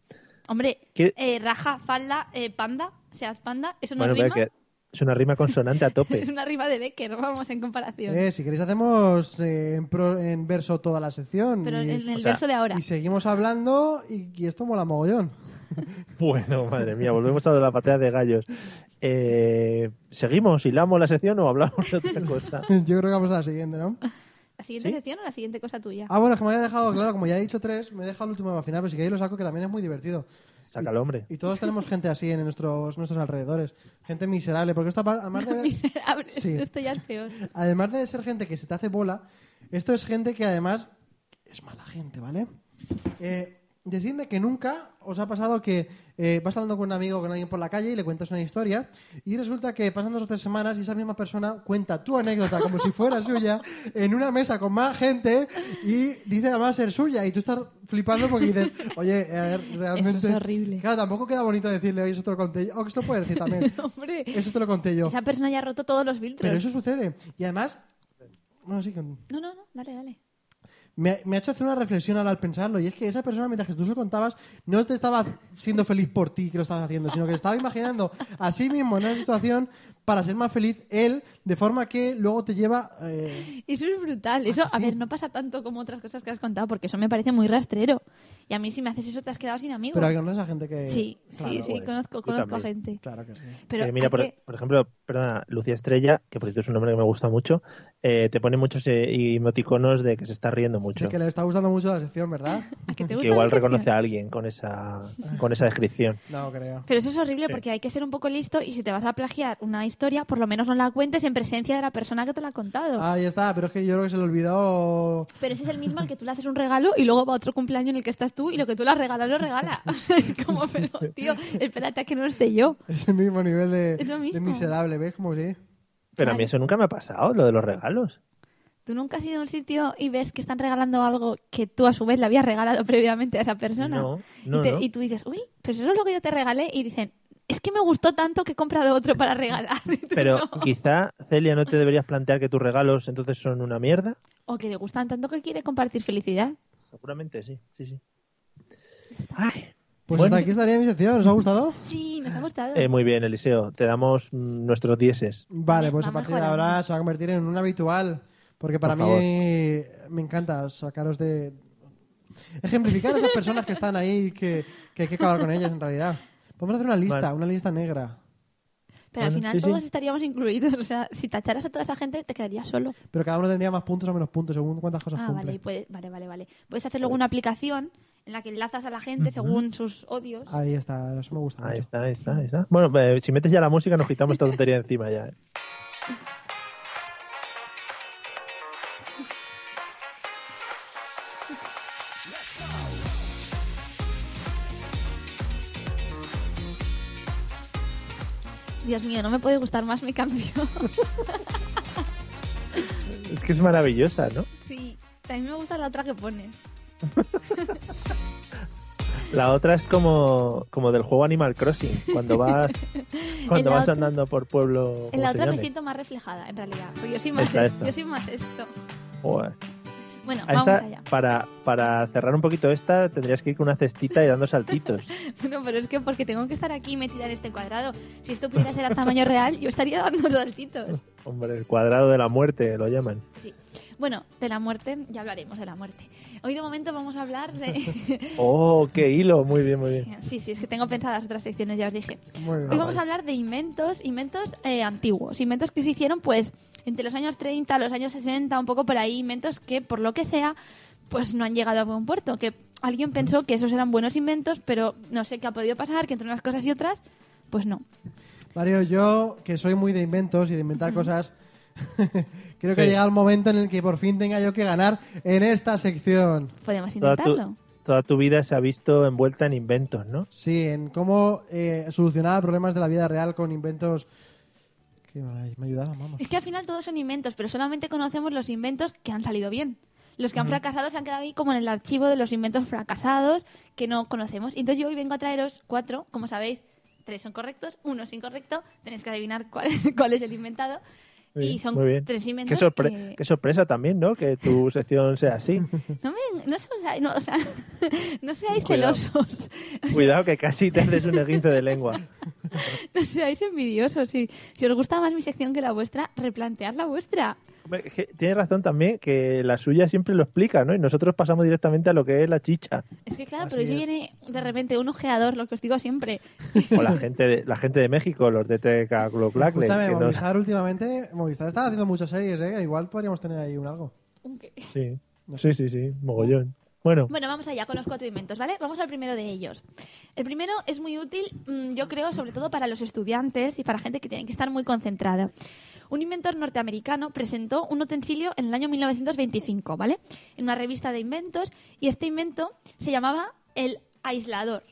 Speaker 4: Hombre,
Speaker 1: ¿Qué-
Speaker 4: eh, raja, falda, eh, panda, seas panda, eso no
Speaker 1: bueno pero
Speaker 4: rima.
Speaker 1: que es una rima consonante a
Speaker 4: [laughs]
Speaker 1: tope. [laughs]
Speaker 4: Es una rima de Becker, vamos, en comparación.
Speaker 3: Eh, si queréis hacemos eh, en, pro- en verso toda la sección.
Speaker 4: pero en
Speaker 3: y,
Speaker 4: el
Speaker 1: o sea,
Speaker 4: verso de ahora.
Speaker 3: y seguimos hablando y, y esto mola mogollón. [laughs]
Speaker 1: Bueno, madre mía, volvemos a lo de la patea de gallos. Eh, ¿Seguimos? ¿Hilamos la sección o hablamos de otra
Speaker 4: [laughs]
Speaker 1: cosa?
Speaker 3: Yo creo que vamos a la siguiente, ¿no?
Speaker 4: ¿La siguiente
Speaker 1: ¿Sí?
Speaker 4: sección o la siguiente cosa tuya?
Speaker 3: Ah, bueno, que me había dejado, claro, como ya he dicho tres, me he dejado el último para el final, pero si queréis lo saco que también es muy divertido.
Speaker 1: Sácalo, hombre.
Speaker 3: Y todos tenemos gente así en nuestros, nuestros alrededores. Gente miserable. Porque esto, apar- además de,
Speaker 4: [laughs] [laughs] Miserable,
Speaker 3: Sí.
Speaker 4: esto ya es peor. [laughs]
Speaker 3: además de ser gente que se te hace bola, esto es gente que además es mala gente, ¿vale? Eh, decidme que nunca os ha pasado que eh, vas hablando con un amigo o con alguien por la calle y le cuentas una historia y resulta que pasan dos o tres semanas y esa misma persona cuenta tu anécdota como si fuera suya en una mesa con más gente y dice además ser suya y tú estás flipando porque dices, oye, eh, a ver, realmente...
Speaker 4: horrible.
Speaker 3: Claro, tampoco queda bonito decirle, oye, eso te lo conté yo. O que esto puede
Speaker 4: [laughs]
Speaker 3: decir también.
Speaker 4: Hombre,
Speaker 3: Eso te lo conté yo.
Speaker 4: esa persona ya ha roto todos los filtros.
Speaker 3: Pero eso sucede. Y además, bueno, sí, que-
Speaker 4: No, no, no, dale, dale.
Speaker 3: me, me ha hecho hacer una reflexión ahora al pensarlo. Y es que esa persona, mientras que tú se lo contabas, no te estaba siendo feliz por ti que lo estabas haciendo, sino que estaba imaginando a sí mismo en esa situación para ser más feliz él, de forma que luego te lleva. eh,
Speaker 4: Eso es brutal. Eso, a ver, no pasa tanto como otras cosas que has contado, porque eso me parece muy rastrero. Y a mí si me haces eso te has quedado sin amigos.
Speaker 3: Pero que conoces a gente que.
Speaker 4: sí,
Speaker 3: Claro,
Speaker 4: sí, sí,
Speaker 1: ah, bueno.
Speaker 4: conozco,
Speaker 1: Yo
Speaker 4: conozco a
Speaker 1: también.
Speaker 4: gente.
Speaker 3: Claro que sí.
Speaker 4: Pero
Speaker 1: Eh, mira,
Speaker 4: hay
Speaker 1: por,
Speaker 4: que-
Speaker 1: por ejemplo, perdona, Lucía Estrella, que por cierto es un nombre que me gusta mucho, eh, te pone muchos eh, emoticonos de que se está riendo mucho.
Speaker 3: Es que le está gustando mucho la sección, ¿verdad?
Speaker 4: [laughs] ¿a que te
Speaker 1: que
Speaker 4: gusta
Speaker 1: igual
Speaker 4: la sección?
Speaker 1: reconoce a alguien con esa, con esa descripción.
Speaker 3: No creo.
Speaker 4: Pero eso es horrible porque hay que ser un poco listo y si te vas a plagiar una historia, por lo menos no la cuentes en presencia de la persona que te la ha contado.
Speaker 1: Ah.
Speaker 3: Ahí está, pero es que yo creo que se le olvidó.
Speaker 4: Pero ese es el mismo al que tú le haces un regalo y luego va otro cumpleaños en el que estás tú y lo que tú le has regalado
Speaker 1: [laughs]
Speaker 4: lo regala. [laughs] es como, pero tío, espérate a que no esté yo.
Speaker 3: Es el mismo nivel de,
Speaker 4: Es lo
Speaker 3: de
Speaker 4: mismo.
Speaker 3: miserable, ¿ves? Como sí.
Speaker 1: Pero a mí
Speaker 4: Ay.
Speaker 1: eso nunca me ha pasado, lo de los regalos.
Speaker 4: ¿Tú nunca has ido a un sitio y ves que están regalando algo que tú a su vez le habías regalado previamente a esa persona?
Speaker 1: No, no,
Speaker 4: y, te-
Speaker 1: no.
Speaker 4: y tú dices, uy, pero eso es lo que yo te regalé. Y dicen, es que me gustó tanto que he comprado otro para regalar. [laughs] Y tú,
Speaker 1: Pero
Speaker 4: "No".
Speaker 1: quizá, Celia, no te deberías plantear que tus regalos entonces son una mierda.
Speaker 4: O que le gustan tanto que quiere compartir felicidad.
Speaker 1: Seguramente sí, sí, sí. Ay,
Speaker 3: Pues
Speaker 1: Bueno.
Speaker 3: hasta aquí estaría mi sección. ¿Os ha gustado?
Speaker 4: Sí, nos ha gustado.
Speaker 1: eh, muy bien, Eliseo. Te damos mm, nuestros dieces.
Speaker 3: Vale,
Speaker 4: Me-
Speaker 3: pues
Speaker 4: va
Speaker 3: a partir de
Speaker 4: mejorando.
Speaker 3: ahora se va a convertir en un habitual. Porque para
Speaker 1: Por
Speaker 3: mí me encanta sacaros de. ejemplificar a esas personas que están ahí y que, que hay que acabar con ellas en realidad. Podemos hacer una lista,
Speaker 1: Vale.
Speaker 3: una lista negra.
Speaker 4: Pero al
Speaker 1: Bueno,
Speaker 4: final
Speaker 1: sí, sí.
Speaker 4: todos estaríamos incluidos. [laughs] O sea, si tacharas a toda esa gente, te quedarías solo.
Speaker 3: Pero cada uno tendría más puntos o menos puntos según cuántas cosas
Speaker 4: Ah,
Speaker 3: cumple.
Speaker 4: vale, y puedes, vale, vale, vale. Puedes hacer luego una aplicación en la que enlazas a la gente según sus odios.
Speaker 1: Ah.
Speaker 3: Ahí está, eso me gusta
Speaker 1: Ahí
Speaker 3: mucho.
Speaker 1: está, ahí está, ahí está. Bueno, eh, si metes ya la música nos quitamos esta tontería encima ya. eh.
Speaker 6: Let's go.
Speaker 4: Dios mío, no me puede gustar más mi canción.
Speaker 1: Es que es maravillosa, ¿no?
Speaker 4: [laughs] Sí, también me gusta la otra que pones.
Speaker 1: La otra es como, como del juego Animal Crossing, cuando
Speaker 4: [laughs]
Speaker 1: vas cuando
Speaker 4: la
Speaker 1: vas
Speaker 4: otra-
Speaker 1: andando por pueblo.
Speaker 4: En
Speaker 1: ¿cómo
Speaker 4: la
Speaker 1: se
Speaker 4: otra me
Speaker 1: llame?
Speaker 4: siento más reflejada, en realidad. Porque yo soy más,
Speaker 1: Esta,
Speaker 4: es-
Speaker 1: esta.
Speaker 4: Yo soy más esto.
Speaker 1: Joder.
Speaker 4: Bueno,
Speaker 1: A
Speaker 4: vamos
Speaker 1: esta,
Speaker 4: allá.
Speaker 1: para, para cerrar un poquito esta, tendrías que ir con una cestita y dando saltitos.
Speaker 4: [laughs] Bueno, pero es que porque tengo que estar aquí metida en este cuadrado. Si esto pudiera ser a tamaño real, yo estaría dando saltitos.
Speaker 1: Hombre, el cuadrado de la muerte lo llaman.
Speaker 4: Bueno, de la muerte, ya hablaremos de la muerte. Hoy de momento vamos a
Speaker 1: [laughs]
Speaker 4: hablar de...
Speaker 1: ¡Oh, qué hilo! Muy bien, muy bien.
Speaker 4: Sí, sí, es que tengo pensadas otras secciones, ya os dije.
Speaker 3: Muy bien.
Speaker 4: Hoy vamos a hablar de inventos, inventos eh, antiguos, inventos que se hicieron pues entre los años 30, los años 60, un poco por ahí, inventos que por lo que sea pues no han llegado a buen puerto, que alguien pensó que esos eran buenos inventos, pero no sé qué ha podido pasar, que entre unas cosas y otras, pues no.
Speaker 3: Mario, yo que soy muy de inventos y de inventar cosas, [laughs] creo que
Speaker 1: Sí.
Speaker 3: ha llegado el momento en el que por fin tenga yo que ganar en esta sección.
Speaker 4: Podemos
Speaker 1: Toda tu,
Speaker 4: intentarlo.
Speaker 1: toda tu vida se ha visto envuelta en inventos, ¿no?
Speaker 3: Sí, en cómo eh, solucionar problemas de la vida real con inventos que ay, me ayudaban, vamos.
Speaker 4: Es que al final todos son inventos, pero solamente conocemos los inventos que han salido bien. Los que han fracasado se han quedado ahí como en el archivo de los inventos fracasados que no conocemos. Y Entonces yo hoy vengo a traeros cuatro, como sabéis, tres son correctos, uno es incorrecto, tenéis que adivinar cuál es, [laughs] cuál es el inventado.
Speaker 1: Muy
Speaker 4: y
Speaker 1: bien,
Speaker 4: son
Speaker 1: muy bien.
Speaker 4: tres inventos
Speaker 1: Qué, sorpre-
Speaker 4: que-
Speaker 1: qué sorpresa también, ¿no? Que tu sección sea
Speaker 4: [laughs]
Speaker 1: así.
Speaker 4: No, me- no, se- no, o sea, [laughs] no seáis
Speaker 1: Cuidado.
Speaker 4: celosos, [laughs]
Speaker 1: Cuidado que casi te haces un esguince de lengua.
Speaker 4: no seáis envidiosos. Si, si os gusta más mi sección que la vuestra, replantead la vuestra.
Speaker 1: Hombre, es que Tienes razón también que la suya siempre lo explica, ¿no? Y nosotros pasamos directamente a lo que es la chicha.
Speaker 4: Es que claro,
Speaker 3: Así
Speaker 4: pero si
Speaker 3: es.
Speaker 4: viene de repente un ojeador, lo que os digo siempre,
Speaker 1: O la gente de, la gente de México, los de TK Glow Blackness,
Speaker 3: Escúchame,
Speaker 1: que no-
Speaker 3: Movistar últimamente, Movistar está haciendo muchas series, ¿eh? Igual podríamos tener ahí un algo.
Speaker 4: un que-
Speaker 1: Sí, sí, sí, sí, mogollón. Bueno,
Speaker 4: Bueno, vamos allá con los cuatro inventos, ¿vale? Vamos al primero de ellos. El primero es muy útil, mm, yo creo, sobre todo para los estudiantes y para gente que tiene que estar muy concentrada. Un inventor norteamericano presentó un utensilio en el año 1925, ¿vale? En una revista de inventos y este invento se llamaba el aislador.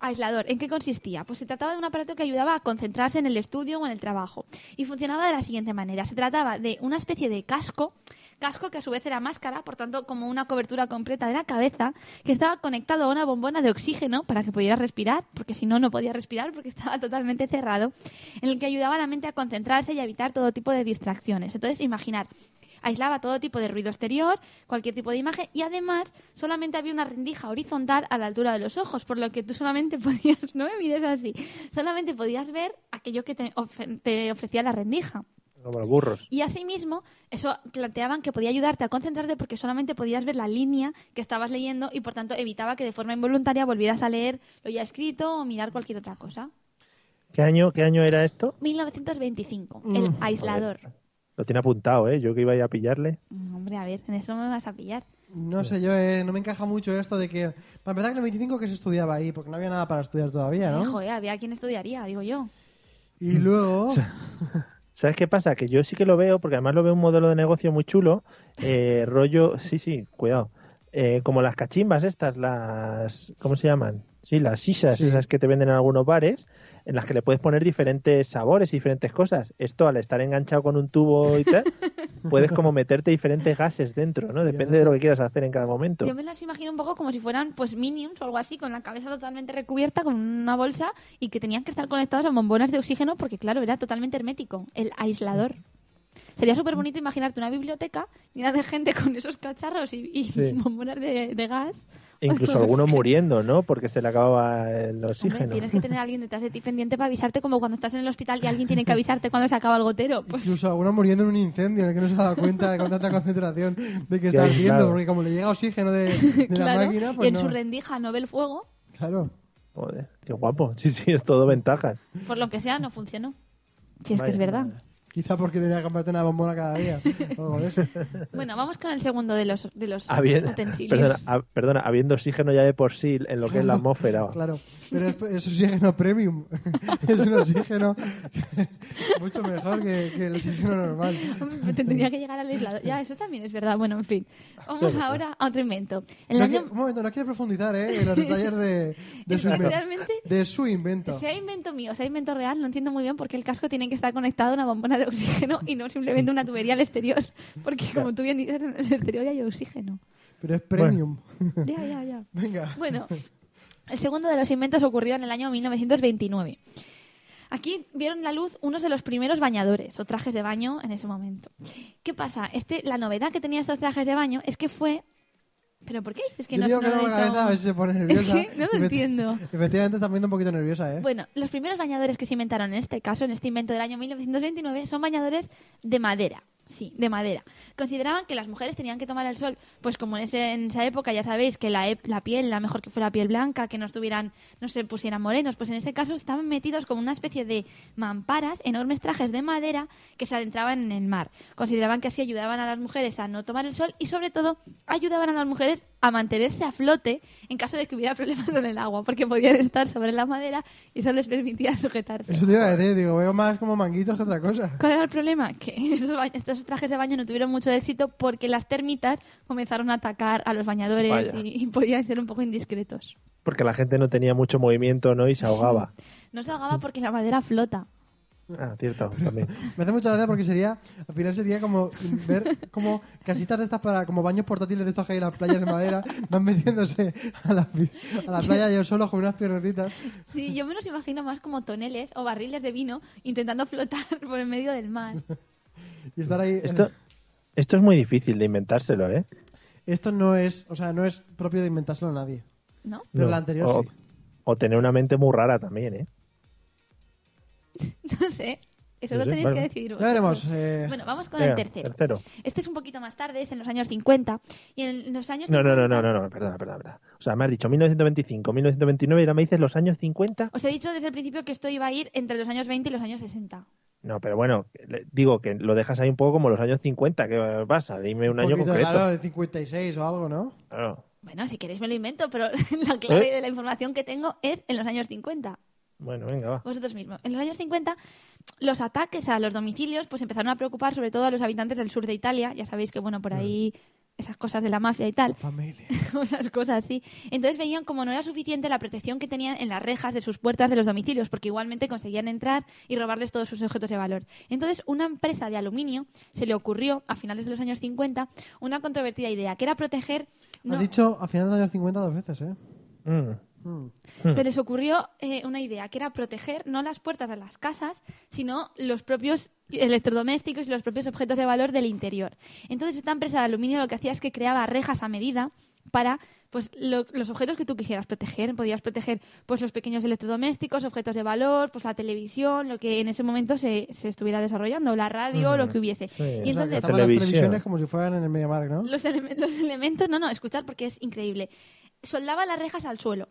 Speaker 4: Aislador, ¿en qué consistía? Pues se trataba de un aparato que ayudaba a concentrarse en el estudio o en el trabajo. Y funcionaba de la siguiente manera. Se trataba de una especie de casco, casco que a su vez era máscara, por tanto como una cobertura completa de la cabeza, que estaba conectado a una bombona de oxígeno para que pudiera respirar, porque si no, no podía respirar porque [laughs] estaba totalmente cerrado, en el que ayudaba a la mente a concentrarse y a evitar todo tipo de distracciones. Entonces, imaginar, aislaba todo tipo de ruido exterior, cualquier tipo de imagen y además solamente había una rendija horizontal a la altura de los ojos, por lo que tú solamente [laughs] podías, no me mires así, solamente podías ver aquello que te, ofe- te ofrecía la rendija.
Speaker 1: como los burros.
Speaker 4: Y asimismo, eso planteaban que podía ayudarte a concentrarte porque solamente podías ver la línea que estabas leyendo y por tanto evitaba que de forma involuntaria volvieras a leer lo ya escrito o mirar cualquier otra cosa.
Speaker 1: ¿Qué año, qué año era esto?
Speaker 4: 1925, el aislador.
Speaker 1: Lo tiene apuntado, ¿eh? Yo que iba a ir a pillarle.
Speaker 4: Mm, Hombre, a ver, en eso me vas a pillar.
Speaker 3: No sé yo, eh, no me encaja mucho esto de que... Para empezar, que en el 25 que se estudiaba ahí, porque no había nada para estudiar todavía,
Speaker 4: Eh,
Speaker 3: ¿no?
Speaker 4: joder, había quien estudiaría, digo yo.
Speaker 3: Y
Speaker 1: [laughs]
Speaker 3: luego...
Speaker 1: ¿Sabes qué pasa? Que yo sí que lo veo, porque además lo veo un modelo de negocio muy chulo.
Speaker 4: [laughs]
Speaker 1: eh, rollo, sí, sí, cuidado. Eh, como las cachimbas estas, las... ¿Cómo se llaman? Sí, las sisas,
Speaker 3: Sí.
Speaker 1: esas que te venden en algunos bares, en las que le puedes poner diferentes sabores y diferentes cosas. Esto, al estar enganchado con un tubo y
Speaker 4: [laughs]
Speaker 1: tal, puedes como meterte diferentes gases dentro, ¿no? Depende de lo que quieras hacer en cada momento.
Speaker 4: Yo me las imagino un poco como si fueran pues minions o algo así, con la cabeza totalmente recubierta con una bolsa y que tenían que estar conectados a bombonas de oxígeno porque claro, era totalmente hermético, el aislador. Sería súper bonito imaginarte una biblioteca llena de gente con esos cacharros y, y
Speaker 1: Sí.
Speaker 4: bombonas de, de gas.
Speaker 1: E Incluso alguno muriendo, ¿no? Porque se le acababa el
Speaker 4: Hombre,
Speaker 1: oxígeno.
Speaker 4: tienes que tener a alguien detrás de ti pendiente para avisarte como cuando estás en el hospital y alguien tiene que avisarte cuando se acaba el gotero.
Speaker 3: [laughs]
Speaker 4: Pues
Speaker 3: Incluso alguno muriendo en un incendio en el que no se ha dado cuenta de con tanta concentración de que
Speaker 1: [laughs] Ya,
Speaker 3: está ardiendo,
Speaker 1: claro.
Speaker 3: porque como le llega oxígeno de, de
Speaker 4: claro,
Speaker 3: la máquina,
Speaker 4: y
Speaker 3: pues
Speaker 4: en
Speaker 3: no.
Speaker 4: su rendija no ve el fuego,
Speaker 3: Claro.
Speaker 1: Joder, qué guapo. Sí, sí, es todo ventajas.
Speaker 4: por lo que sea, no funcionó. Si es que
Speaker 1: Vaya.
Speaker 4: es verdad.
Speaker 3: Quizá porque tenía que comprarte una bombona cada día. o algo de eso.
Speaker 4: Bueno, vamos con el segundo de los, de los
Speaker 3: [laughs]
Speaker 1: Habiendo,
Speaker 4: utensilios.
Speaker 1: Ah, perdona, ha- perdona, habiendo oxígeno ya de por sí en lo que es la atmósfera. va.
Speaker 3: [laughs] Claro, pero es, es oxígeno premium. [laughs] es un oxígeno [laughs] mucho mejor que, que el oxígeno normal.
Speaker 4: Hombre, [laughs] Tendría que llegar al aislado. Ya, eso también es verdad. Bueno, en fin. Vamos ahora a otro invento. El
Speaker 3: No
Speaker 4: año-
Speaker 3: quiere- un momento, no quiere profundizar ¿eh? en los detalles de, de,
Speaker 4: Es
Speaker 3: su
Speaker 4: que
Speaker 3: invento,
Speaker 4: realmente
Speaker 3: de su invento.
Speaker 4: sea invento mío, sea invento real, no entiendo muy bien por qué el casco tiene que estar conectado a una bombona de oxígeno y no simplemente una tubería al exterior. Porque como tú bien dices, en el exterior ya hay oxígeno.
Speaker 3: Pero es premium.
Speaker 4: Ya, ya, ya.
Speaker 3: Venga.
Speaker 4: Bueno, el segundo de los inventos ocurrió en el año 1929. Aquí vieron la luz unos de los primeros bañadores o trajes de baño en ese momento. ¿Qué pasa? Este, la novedad que tenía estos trajes de baño es que fue... ¿Pero por qué dices que
Speaker 3: Yo
Speaker 4: no,
Speaker 3: digo
Speaker 4: no
Speaker 3: que
Speaker 4: lo he
Speaker 3: no, la
Speaker 4: dicho?
Speaker 3: cabeza a ver si se pone
Speaker 4: [laughs]
Speaker 3: nerviosa.
Speaker 4: Es que no lo
Speaker 3: [laughs] Efecti-
Speaker 4: entiendo.
Speaker 3: Efectivamente está poniendo un poquito nerviosa, ¿eh?
Speaker 4: Bueno, los primeros bañadores que se inventaron en este caso, en este invento del año 1929, son bañadores de madera. Sí, de madera. Consideraban que las mujeres tenían que tomar el sol, pues como en, ese- en esa época ya sabéis que la, ep- la piel, la mejor que fuera piel blanca, que no estuvieran, no se pusieran morenos, pues en ese caso estaban metidos como una especie de mamparas, enormes trajes de madera que se adentraban en el mar. Consideraban que así ayudaban a las mujeres a no tomar el sol y sobre todo ayudaban a las mujeres a mantenerse a flote en caso de que hubiera [laughs] problemas con el agua, porque podían estar sobre la madera y eso les permitía sujetarse.
Speaker 3: Eso te iba a decir, digo, veo más como manguitos que otra cosa.
Speaker 4: ¿Cuál era el problema? Que [laughs] esos ba- estos trajes de baño no tuvieron mucho éxito porque las termitas comenzaron a atacar a los bañadores
Speaker 1: Vaya.
Speaker 4: y, y podían ser un poco indiscretos.
Speaker 1: Porque la gente no tenía mucho movimiento, ¿no? Y se
Speaker 3: [laughs]
Speaker 1: ahogaba.
Speaker 4: No se ahogaba porque la madera flota.
Speaker 1: Ah, cierto,
Speaker 3: [laughs]
Speaker 1: también.
Speaker 3: Me hace mucha gracia porque sería, al final sería como ver como casitas de estas para, como baños portátiles de estos que hay en las playas de madera, van metiéndose a la, pi- a la playa yo solo con unas piernitas.
Speaker 4: Sí, yo me los imagino más como toneles o barriles de vino intentando flotar [laughs] por el medio del mar.
Speaker 3: Y estar ahí.
Speaker 1: Esto, esto es muy difícil de inventárselo, ¿eh?
Speaker 3: Esto no es, o sea, no es propio de inventárselo a nadie.
Speaker 4: ¿No? [laughs]
Speaker 3: Pero
Speaker 1: No, Oh.
Speaker 3: la anterior
Speaker 1: o,
Speaker 3: sí.
Speaker 1: o tener una mente muy rara también, ¿eh?
Speaker 4: No sé. Eso
Speaker 1: No
Speaker 4: lo
Speaker 1: sé,
Speaker 4: tenéis
Speaker 1: vale.
Speaker 4: que decidir
Speaker 3: Ya veremos.
Speaker 4: vosotros.
Speaker 3: eh,
Speaker 4: Bueno, vamos con
Speaker 1: Venga,
Speaker 4: el tercero. Este es un poquito más tarde, es en los años 50. Y en los años
Speaker 1: No, no, no, no,
Speaker 4: 50
Speaker 1: no, no, perdona, perdona, perdona. O sea, me has dicho 1925, 1929 y ahora me dices los años 50.
Speaker 4: Os he dicho desde el principio que esto iba a ir entre los años 20 y los años 60.
Speaker 1: No, pero bueno, le- digo que lo dejas ahí un poco como los años 50. ¿Qué pasa? Dime un año
Speaker 3: poquito,
Speaker 1: concreto.
Speaker 3: Claro, de 56 o algo, ¿no?
Speaker 1: Claro.
Speaker 4: Bueno, si queréis me lo invento, pero [laughs] la clave
Speaker 1: ¿Eh?
Speaker 4: de la información que tengo es en los años 50.
Speaker 1: Bueno, venga, va.
Speaker 4: Vosotros mismos. En los años 50, los ataques a los domicilios pues empezaron a preocupar sobre todo a los habitantes del sur de Italia. Ya sabéis que, bueno, por ahí esas cosas de la mafia y tal. [laughs]
Speaker 3: Familia.
Speaker 4: esas cosas así. Entonces veían como no era suficiente la protección que tenían en las rejas de sus puertas de los domicilios, porque igualmente conseguían entrar y robarles todos sus objetos de valor. Entonces, una empresa de aluminio se le ocurrió, a finales de los años 50, una controvertida idea, que era proteger... no-
Speaker 3: Ha dicho a finales de los años 50 dos veces, ¿eh?
Speaker 1: Mm.
Speaker 3: Mm.
Speaker 4: se les ocurrió eh, una idea, que era proteger no las puertas de las casas, sino los propios electrodomésticos y los propios objetos de valor del interior. Entonces, esta empresa de aluminio lo que hacía es que creaba rejas a medida para pues lo- los objetos que tú quisieras proteger. Podías proteger pues los pequeños electrodomésticos, objetos de valor, pues la televisión, lo que en ese momento se, se estuviera desarrollando, la radio, lo que hubiese. y
Speaker 1: o
Speaker 3: O sea, que
Speaker 4: entonces
Speaker 3: estaban las
Speaker 1: Televisión.
Speaker 3: televisiones como si fueran en el MediaMarkt, ¿no?
Speaker 4: los, elemen- los elementos, no, no, escuchar porque es increíble. Soldaba las rejas al suelo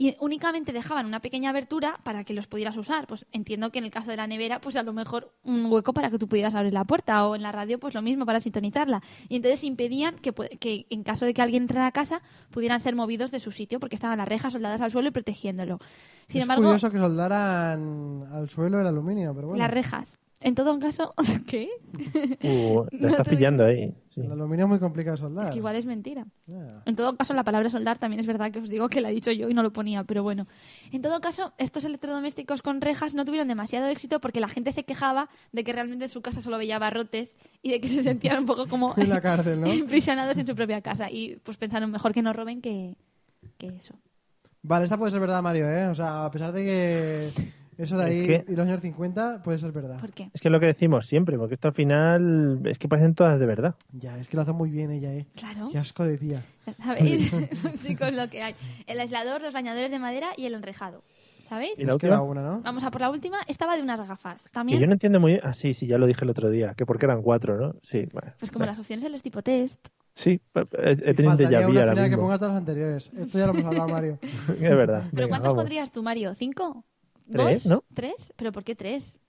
Speaker 4: y únicamente dejaban una pequeña abertura para que los pudieras usar. Pues entiendo que en el caso de la nevera, pues a lo mejor un hueco para que tú pudieras abrir la puerta o en la radio, pues lo mismo para sintonizarla. Y entonces impedían que, pu- que en caso de que alguien entrara a casa pudieran ser movidos de su sitio porque estaban las rejas soldadas al suelo y protegiéndolo. Sin
Speaker 3: es
Speaker 4: embargo,
Speaker 3: curioso que soldaran al suelo el aluminio, pero bueno.
Speaker 4: las rejas. En todo caso, [laughs] ¿qué?
Speaker 1: Uh, la
Speaker 4: No
Speaker 1: estás
Speaker 4: te-
Speaker 1: pillando ahí. sí.
Speaker 3: El aluminio es muy complicado de soldar.
Speaker 4: Es que igual es mentira.
Speaker 3: Ya. [laughs]
Speaker 4: En todo caso, la palabra soldar también es verdad que os digo que la he dicho yo y no lo ponía, pero bueno. En todo caso, estos electrodomésticos con rejas no tuvieron demasiado éxito porque la gente se quejaba de que realmente en su casa solo veía barrotes y de que se sentían un poco como
Speaker 3: En la
Speaker 4: [laughs]
Speaker 3: cárcel, ¿no?
Speaker 4: imprisionados en su propia casa. Y pues pensaron mejor que no roben que, que eso.
Speaker 3: Vale, esta puede ser verdad, Mario, ¿eh? O sea, a pesar de que eso de ahí
Speaker 1: Es que-
Speaker 3: y los años 50 puede ser verdad.
Speaker 4: ¿Por qué?
Speaker 1: Es que es lo que decimos siempre, porque esto al final es que parecen todas de verdad.
Speaker 3: Ya, es que lo hace muy bien ella, ¿eh?
Speaker 4: Claro.
Speaker 3: Qué asco de tía.
Speaker 4: Ya ¿Sabéis, [laughs] pues, chicos, lo que hay? El aislador, los bañadores de madera y el enrejado. ¿Sabéis?
Speaker 1: ¿Y la
Speaker 3: Nos queda
Speaker 1: última?
Speaker 3: una, ¿no?
Speaker 4: Vamos a por la última. Estaba de unas gafas.
Speaker 1: Que
Speaker 4: También,
Speaker 1: yo no entiendo muy bien. Ah, sí, sí, ya lo dije el otro día, que porque eran cuatro, ¿no? Sí, bueno.
Speaker 4: pues como las opciones de los tipo test.
Speaker 1: Sí, he, he
Speaker 3: Y
Speaker 1: tenido un
Speaker 3: faltaría
Speaker 1: déjà vu
Speaker 3: una
Speaker 1: ahora
Speaker 3: final que
Speaker 1: mismo.
Speaker 3: ponga todas las anteriores. Esto ya lo hemos
Speaker 4: [laughs]
Speaker 3: hablado, Mario.
Speaker 1: [laughs] Es verdad.
Speaker 4: ¿Pero
Speaker 1: Venga,
Speaker 4: cuántos
Speaker 1: vamos.
Speaker 4: pondrías tú, Mario? ¿Cinco?
Speaker 1: Tres,
Speaker 4: ¿Dos?
Speaker 1: ¿no?
Speaker 4: ¿Tres? ¿Pero por qué tres?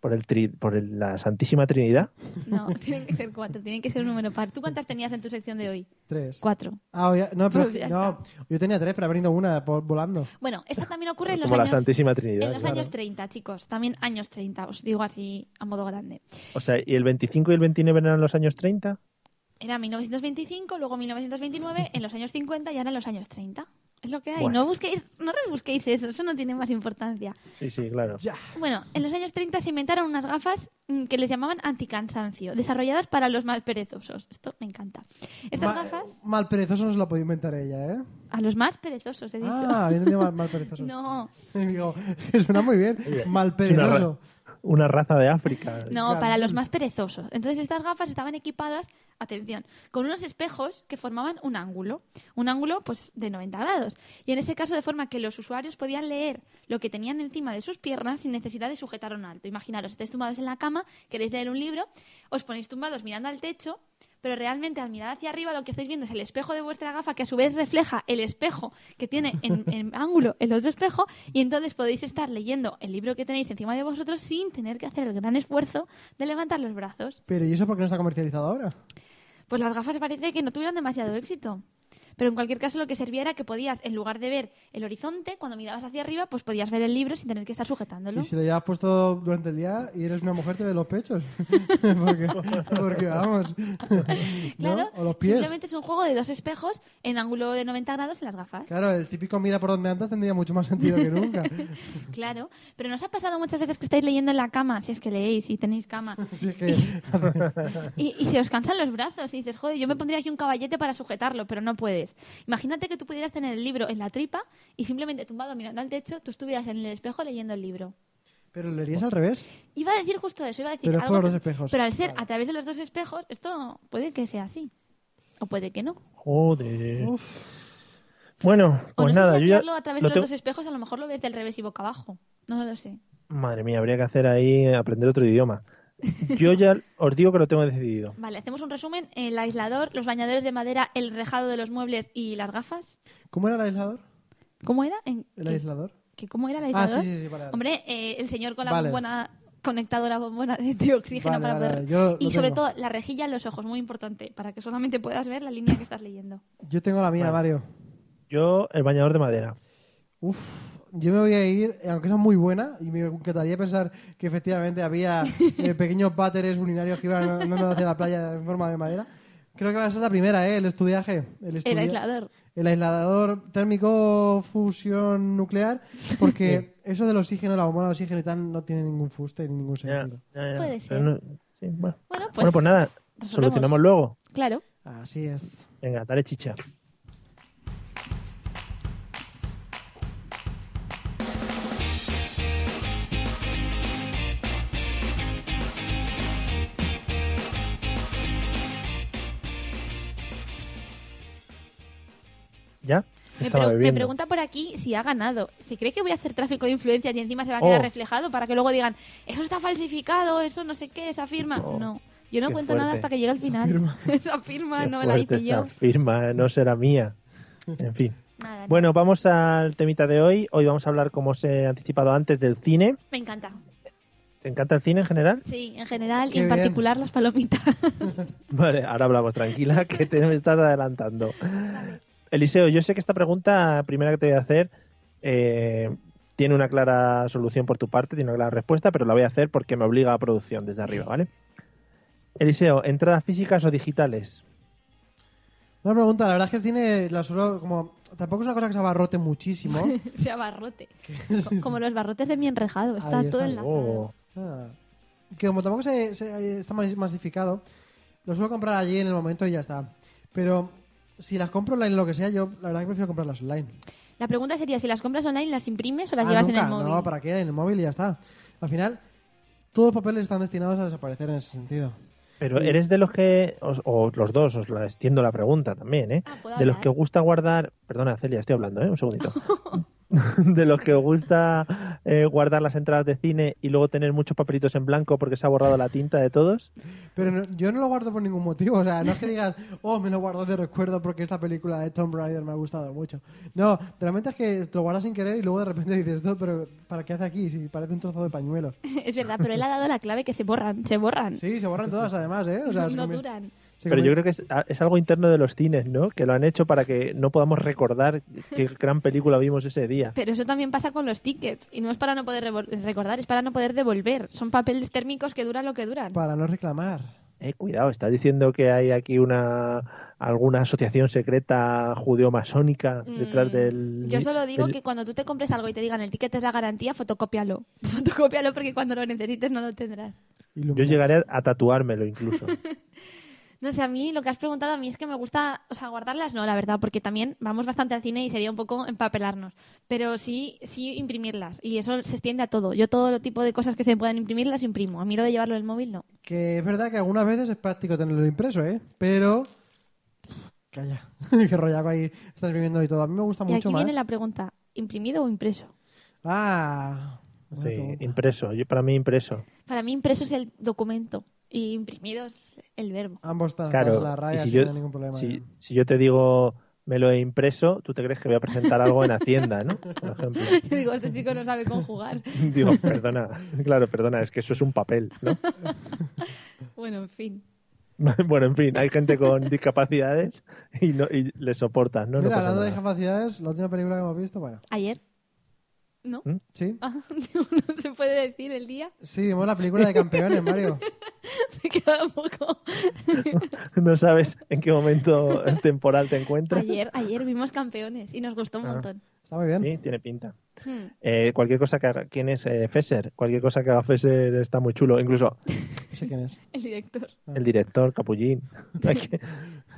Speaker 1: por, el tri- por el- la Santísima Trinidad.
Speaker 4: No, [laughs] tienen que ser cuatro, tienen que ser un número par. ¿Tú cuántas tenías en tu sección de hoy?
Speaker 3: Tres.
Speaker 4: Cuatro.
Speaker 3: Ah, oye, no, pero-
Speaker 4: Pues ya
Speaker 3: no, yo tenía tres, pero ha venido una por- volando.
Speaker 4: Bueno, esta también ocurre en los
Speaker 1: como la
Speaker 4: años...
Speaker 1: Santísima Trinidad.
Speaker 4: En los
Speaker 1: claro.
Speaker 4: años 30, chicos, también años 30, os digo así a modo grande.
Speaker 1: O sea, ¿y el 25 y el 29 eran los años 30?
Speaker 4: Era 1925, luego 1929, en los años 50 y ahora en los años 30. Es lo que hay.
Speaker 1: Bueno.
Speaker 4: No busquéis, no rebusquéis eso, eso no tiene más importancia.
Speaker 1: Sí, sí, claro.
Speaker 3: Ya.
Speaker 4: Bueno, en los años 30 se inventaron unas gafas mm, que les llamaban anticansancio, desarrolladas para los más perezosos. Esto me encanta. Estas
Speaker 3: Ma-
Speaker 4: gafas,
Speaker 3: Mal perezoso no se lo puede inventar ella, ¿eh?
Speaker 4: a los más perezosos, he dicho. [laughs]
Speaker 3: Ah, había entendido mal, mal perezoso. [laughs]
Speaker 4: no,
Speaker 3: Digo, que suena muy bien. Mal
Speaker 1: Es una, ra-
Speaker 3: perezoso.
Speaker 1: una raza de África.
Speaker 4: No,
Speaker 3: Claro.
Speaker 4: para los más perezosos. Entonces estas gafas estaban equipadas, atención, con unos espejos que formaban un ángulo, un ángulo pues de 90 grados. Y en ese caso de forma que los usuarios podían leer lo que tenían encima de sus piernas sin necesidad de sujetar un alto. Imaginaros, estáis tumbados en la cama, queréis leer un libro, os ponéis tumbados mirando al techo, pero realmente al mirar hacia arriba lo que estáis viendo es el espejo de vuestra gafa que a su vez refleja el espejo que tiene
Speaker 3: [laughs]
Speaker 4: en, en ángulo el otro espejo y entonces podéis estar leyendo el libro que tenéis encima de vosotros sin tener que hacer el gran esfuerzo de levantar los brazos.
Speaker 3: Pero ¿y eso por qué no está comercializado ahora?
Speaker 4: Pues las gafas parece que no tuvieron demasiado éxito. Pero en cualquier caso lo que servía era que podías, en lugar de ver el horizonte, cuando mirabas hacia arriba, pues podías ver el libro sin tener que estar sujetándolo.
Speaker 3: Y si lo llevas puesto durante el día y eres una mujer, te ve los pechos. [laughs] porque, porque, vamos.
Speaker 4: Claro,
Speaker 3: ¿no? O los pies.
Speaker 4: simplemente es un juego de dos espejos en ángulo de 90 grados en las gafas.
Speaker 3: Claro, el típico mira por donde andas tendría mucho más sentido que
Speaker 4: [laughs]
Speaker 3: nunca.
Speaker 4: Claro, pero nos ha pasado muchas veces que estáis leyendo en la cama, si es que leéis y tenéis cama,
Speaker 3: Así es que,
Speaker 4: y, y se os cansan los brazos y dices, joder, yo me pondría aquí un caballete para sujetarlo, pero no puedes. Imagínate que tú pudieras tener el libro en la tripa y simplemente tumbado mirando al techo, tú estuvieras en el espejo leyendo el libro.
Speaker 3: pero lo leerías al revés.
Speaker 4: Iba a decir justo eso, iba a decir
Speaker 3: Pero es
Speaker 4: algo
Speaker 3: por los
Speaker 4: tan-
Speaker 3: espejos.
Speaker 4: Pero al ser a través de los dos espejos, esto puede que sea así. O puede que no.
Speaker 1: Joder.
Speaker 3: Uf.
Speaker 1: Bueno,
Speaker 4: o no
Speaker 1: pues nada,
Speaker 4: sé si
Speaker 1: yo ya.
Speaker 4: hacerlo a través
Speaker 1: lo
Speaker 4: de los
Speaker 1: tengo-
Speaker 4: dos espejos, a lo mejor lo ves del revés y boca abajo. No lo sé.
Speaker 1: Madre mía, habría que hacer ahí eh, aprender otro idioma. Yo ya os digo que lo tengo decidido.
Speaker 4: Vale, hacemos un resumen. El aislador, los bañadores de madera, el rejado de los muebles y las gafas.
Speaker 3: ¿Cómo era el aislador?
Speaker 4: ¿Cómo era? ¿En
Speaker 3: ¿El
Speaker 4: qué-
Speaker 3: aislador?
Speaker 4: qué- ¿Cómo era el
Speaker 3: Ah,
Speaker 4: aislador?
Speaker 3: sí, sí, sí, vale. vale.
Speaker 4: Hombre, eh, el señor con la
Speaker 3: Vale.
Speaker 4: bombona conectado a la bombona de, de oxígeno
Speaker 3: Vale,
Speaker 4: para
Speaker 3: vale,
Speaker 4: poder...
Speaker 3: vale, yo lo
Speaker 4: y sobre
Speaker 3: tengo.
Speaker 4: todo la rejilla en los ojos, muy importante, para que solamente puedas ver la línea que estás leyendo.
Speaker 3: Yo tengo la mía, Mario.
Speaker 1: Yo, el bañador de madera.
Speaker 3: Uf, yo me voy a ir, aunque sea muy buena, y me encantaría pensar que
Speaker 4: [laughs]
Speaker 3: efectivamente había eh, pequeños váteres urinarios que iban andando hacia la playa en forma de madera. Creo que va a ser la primera, ¿eh? El estudiaje. El,
Speaker 4: El
Speaker 3: estudia-
Speaker 4: aislador.
Speaker 3: El aislador térmico fusión nuclear,
Speaker 4: [laughs]
Speaker 3: porque eso del oxígeno, la bombona de oxígeno y tal, no tiene ningún fuste ni ningún
Speaker 1: Ya,
Speaker 3: sentido.
Speaker 1: ya, ya.
Speaker 4: Puede
Speaker 1: Pero
Speaker 4: ser.
Speaker 1: no- sí, bueno.
Speaker 4: Bueno, pues,
Speaker 1: Bueno, pues nada,
Speaker 4: resolvemos.
Speaker 1: solucionamos luego.
Speaker 4: Claro.
Speaker 3: Así es.
Speaker 1: Venga, dale chicha. ¿Ya?
Speaker 4: Me,
Speaker 1: Estaba
Speaker 4: pre- me
Speaker 1: bebiendo.
Speaker 4: pregunta por aquí si ha ganado. Si cree que voy a hacer tráfico de influencias y encima se va a
Speaker 1: Oh.
Speaker 4: quedar reflejado para que luego digan, eso está falsificado, eso no sé qué, esa firma.
Speaker 1: Oh,
Speaker 4: No. Yo no
Speaker 1: qué
Speaker 4: cuento nada
Speaker 1: fuerte.
Speaker 4: hasta que llegue al final.
Speaker 3: firma.
Speaker 4: [laughs] Esa firma
Speaker 1: Qué
Speaker 4: Ah, no la
Speaker 1: fuerte
Speaker 4: hice yo.
Speaker 1: esa firma, eh, no será mía. En fin.
Speaker 4: Nada, nada.
Speaker 1: Bueno, vamos al temita de hoy. Hoy vamos a hablar, como os he anticipado antes, del cine.
Speaker 4: Me encanta.
Speaker 1: ¿Te encanta el cine en general? [laughs]
Speaker 4: Sí, en general y
Speaker 3: Qué
Speaker 4: en
Speaker 3: bien.
Speaker 4: particular las palomitas. [laughs]
Speaker 1: Vale, ahora hablamos, tranquila, [laughs] que te me estás adelantando. Eliseo, yo sé que esta pregunta primera que te voy a hacer eh, tiene una clara solución por tu parte, tiene una clara respuesta, pero la voy a hacer porque me obliga a producción desde arriba, ¿vale? Eliseo, ¿entradas físicas o digitales?
Speaker 3: Una pregunta, la verdad es que el cine la suelo, como, tampoco es una cosa que se
Speaker 4: [laughs]
Speaker 3: abarrote muchísimo.
Speaker 4: sea barrote. Co- Como los barrotes de mi enrejado. Está
Speaker 3: Ahí
Speaker 4: todo
Speaker 3: está.
Speaker 4: en la.
Speaker 1: Oh,
Speaker 3: Ah. Que como tampoco se, se- está mas- masificado, lo suelo comprar allí en el momento y ya está. Pero si las compro online o lo que sea, yo la verdad que prefiero comprarlas online.
Speaker 4: La pregunta sería si las compras online, las imprimes o las
Speaker 3: Ah,
Speaker 4: llevas
Speaker 3: nunca,
Speaker 4: en el móvil.
Speaker 3: No, ¿para qué? En el móvil y ya está. Al final, todos los papeles están destinados a desaparecer en ese sentido.
Speaker 1: pero eres de los que, os- o los dos, os la extiendo la pregunta también, ¿eh?
Speaker 4: Ah, ¿puedo
Speaker 1: de los
Speaker 4: hablar?
Speaker 1: que os gusta guardar, perdona Celia, estoy hablando, ¿eh? Un segundito. [laughs] de los que os gusta eh, guardar las entradas de cine y luego tener muchos papelitos en blanco porque se ha borrado la tinta de todos.
Speaker 3: Pero no- yo no lo guardo por ningún motivo. O sea, no es que digas, oh, me lo guardo de recuerdo porque esta película de Tomb Raider me ha gustado mucho. No, realmente es que te lo guardas sin querer y luego de repente dices, no, pero ¿para qué hace aquí? Si parece un trozo de pañuelo.
Speaker 4: [laughs] es verdad, pero él ha dado la clave que se borran, se borran.
Speaker 3: Sí, se borran todas además, ¿eh? O sea, se
Speaker 4: no
Speaker 3: convier-
Speaker 4: duran.
Speaker 3: se
Speaker 1: Pero yo
Speaker 3: convier-
Speaker 1: creo que es, a- es algo interno de los cines, ¿no? Que lo han hecho para que no podamos recordar
Speaker 4: [laughs]
Speaker 1: qué gran película vimos ese día.
Speaker 4: Pero eso también pasa con los tickets. Y no es para no poder revol- recordar, es para no poder devolver. Son papeles térmicos que duran lo que duran.
Speaker 3: Para no reclamar.
Speaker 1: Eh, cuidado, estás diciendo que hay aquí una alguna asociación secreta judeo-masónica detrás
Speaker 4: Mm,
Speaker 1: del...
Speaker 4: Yo solo digo
Speaker 1: del-
Speaker 4: que cuando tú te compres algo y te digan el ticket es la garantía, fotocópialo. [laughs] Fotocópialo porque cuando lo necesites no lo tendrás.
Speaker 1: Yo llegaré a tatuármelo
Speaker 3: [laughs]
Speaker 1: incluso.
Speaker 4: No sé, a mí lo que has preguntado a mí es que me gusta, o sea, guardarlas no, la verdad, porque también vamos bastante al cine y sería un poco empapelarnos, pero sí, sí imprimirlas y eso se extiende a todo. Yo todo lo tipo de cosas que se puedan imprimir las imprimo. A mí lo de llevarlo en el móvil no.
Speaker 3: Que es verdad que algunas veces es práctico tenerlo impreso, ¿eh? Pero... Calla. [laughs] Qué rollaco ahí estar imprimiéndolo y todo. A mí me gusta
Speaker 4: Y
Speaker 3: mucho
Speaker 4: aquí
Speaker 3: más...
Speaker 4: viene la pregunta, ¿imprimido o impreso?
Speaker 3: Ah... buena
Speaker 1: Sí,
Speaker 3: pregunta.
Speaker 1: impreso. Yo, para mí impreso.
Speaker 4: Para mí impreso es el documento y imprimido es el verbo. [laughs]
Speaker 3: Ambos están
Speaker 1: Claro.
Speaker 3: atados a la
Speaker 1: y
Speaker 3: raya
Speaker 1: si,
Speaker 3: sin
Speaker 1: yo,
Speaker 3: ningún problema. ¿eh?
Speaker 1: si, si yo te digo me lo he impreso, tú te crees que voy a presentar algo en Hacienda, ¿no? Por
Speaker 3: [laughs]
Speaker 1: ejemplo.
Speaker 4: Digo, este chico no sabe conjugar.
Speaker 1: Digo, perdona, claro, perdona, es que eso es un papel, ¿no? [laughs]
Speaker 4: Bueno, en fin.
Speaker 1: Bueno, en fin, hay gente con discapacidades y, no, y le soportas, ¿no? No
Speaker 3: Mira,
Speaker 1: pasa
Speaker 3: hablando de
Speaker 1: nada.
Speaker 3: capacidades, la última película que hemos visto, bueno,
Speaker 4: Ayer. ¿No?
Speaker 3: sí.
Speaker 4: [laughs] Ah, digo, no se puede decir el día. [laughs]
Speaker 3: Sí, vimos la película de
Speaker 1: [laughs]
Speaker 3: campeones, Mario.
Speaker 4: Me queda un poco.
Speaker 1: No sabes en qué momento temporal te encuentras.
Speaker 4: Ayer, ayer vimos campeones y nos gustó un
Speaker 1: Ah.
Speaker 4: montón.
Speaker 3: Está muy bien.
Speaker 1: Sí, tiene pinta.
Speaker 4: Hmm.
Speaker 1: Eh, cualquier cosa que haga, ¿quién es eh, Fesser? Cualquier cosa que haga Fesser está muy chulo. Incluso
Speaker 3: No sé quién es.
Speaker 4: [laughs] El director.
Speaker 1: el director, Capullín. Hay que-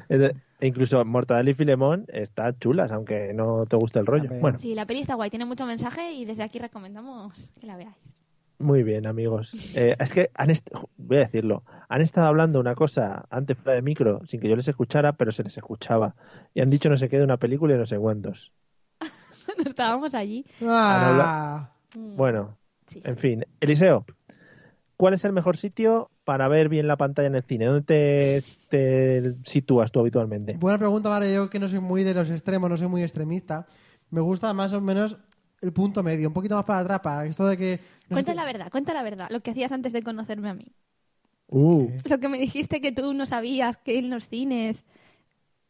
Speaker 1: es de- e incluso Mortadelo y Filemón están chulas, aunque no te guste el rollo.
Speaker 3: También.
Speaker 1: Bueno,
Speaker 4: Sí, la peli está guay, tiene mucho mensaje y desde aquí recomendamos que la veáis. [laughs]
Speaker 1: muy bien, amigos. Eh, es que han est- voy a decirlo, han estado hablando una cosa antes fuera de micro, sin que yo les escuchara, pero se les escuchaba. Y han dicho no sé qué de una película y no sé cuántos.
Speaker 4: Cuando estábamos allí.
Speaker 3: Ah,
Speaker 4: Mm,
Speaker 1: Bueno,
Speaker 4: sí, sí.
Speaker 1: en fin. Eliseo, ¿cuál es el mejor sitio para ver bien la pantalla en el cine? ¿Dónde te, te sitúas tú habitualmente?
Speaker 3: buena pregunta, Mario. Yo que no soy muy de los extremos, no soy muy extremista. Me gusta más o menos el punto medio, un poquito más para atrás, para esto de que... no sé
Speaker 4: Cuenta
Speaker 3: qué-
Speaker 4: la verdad, cuenta la verdad, lo que hacías antes de conocerme a mí.
Speaker 1: Uh,
Speaker 4: Lo que me dijiste que tú no sabías, que en los cines.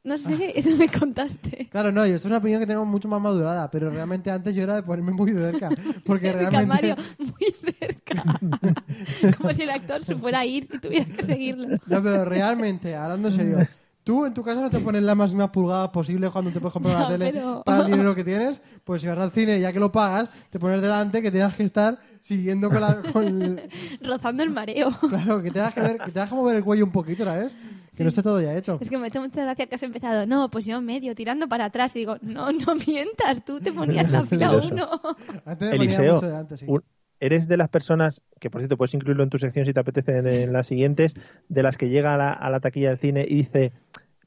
Speaker 4: No sé, eso
Speaker 1: [laughs]
Speaker 4: me [laughs] contaste.
Speaker 3: Claro, no, yo esto es una opinión que tengo mucho más madurada, pero realmente antes yo era de ponerme muy
Speaker 4: [laughs]
Speaker 3: cerca, porque
Speaker 4: Cerca,
Speaker 3: realmente...
Speaker 4: Mario, muy cerca.
Speaker 1: [laughs]
Speaker 4: [laughs] Como si el actor se fuera a ir y tuviera que seguirlo.
Speaker 3: No, pero realmente, hablando en serio, tú en tu casa no te pones las máximas pulgadas posibles cuando te puedes comprar
Speaker 4: Ya,
Speaker 3: una tele
Speaker 4: pero-
Speaker 3: para el dinero que tienes. Pues si vas al cine, ya que lo pagas, te pones delante que tengas que estar siguiendo con la. con el-
Speaker 4: Rozando
Speaker 1: [laughs]
Speaker 4: el mareo.
Speaker 3: claro, que tengas que, ver, que tengas que mover el cuello un poquito, ¿sabes? Que no esté todo ya hecho.
Speaker 4: Es que me ha hecho mucha gracia que has empezado. No, pues yo medio, tirando para atrás. Y digo, no, no mientas, tú te ponías la fila
Speaker 1: Peligroso.
Speaker 4: uno.
Speaker 3: Antes me ponía
Speaker 1: Eliseo,
Speaker 3: mucho delante, sí.
Speaker 1: un- eres de las personas, que por cierto puedes incluirlo en tu sección si te apetece en, en las siguientes, de las que llega a la, a la taquilla del cine y dice,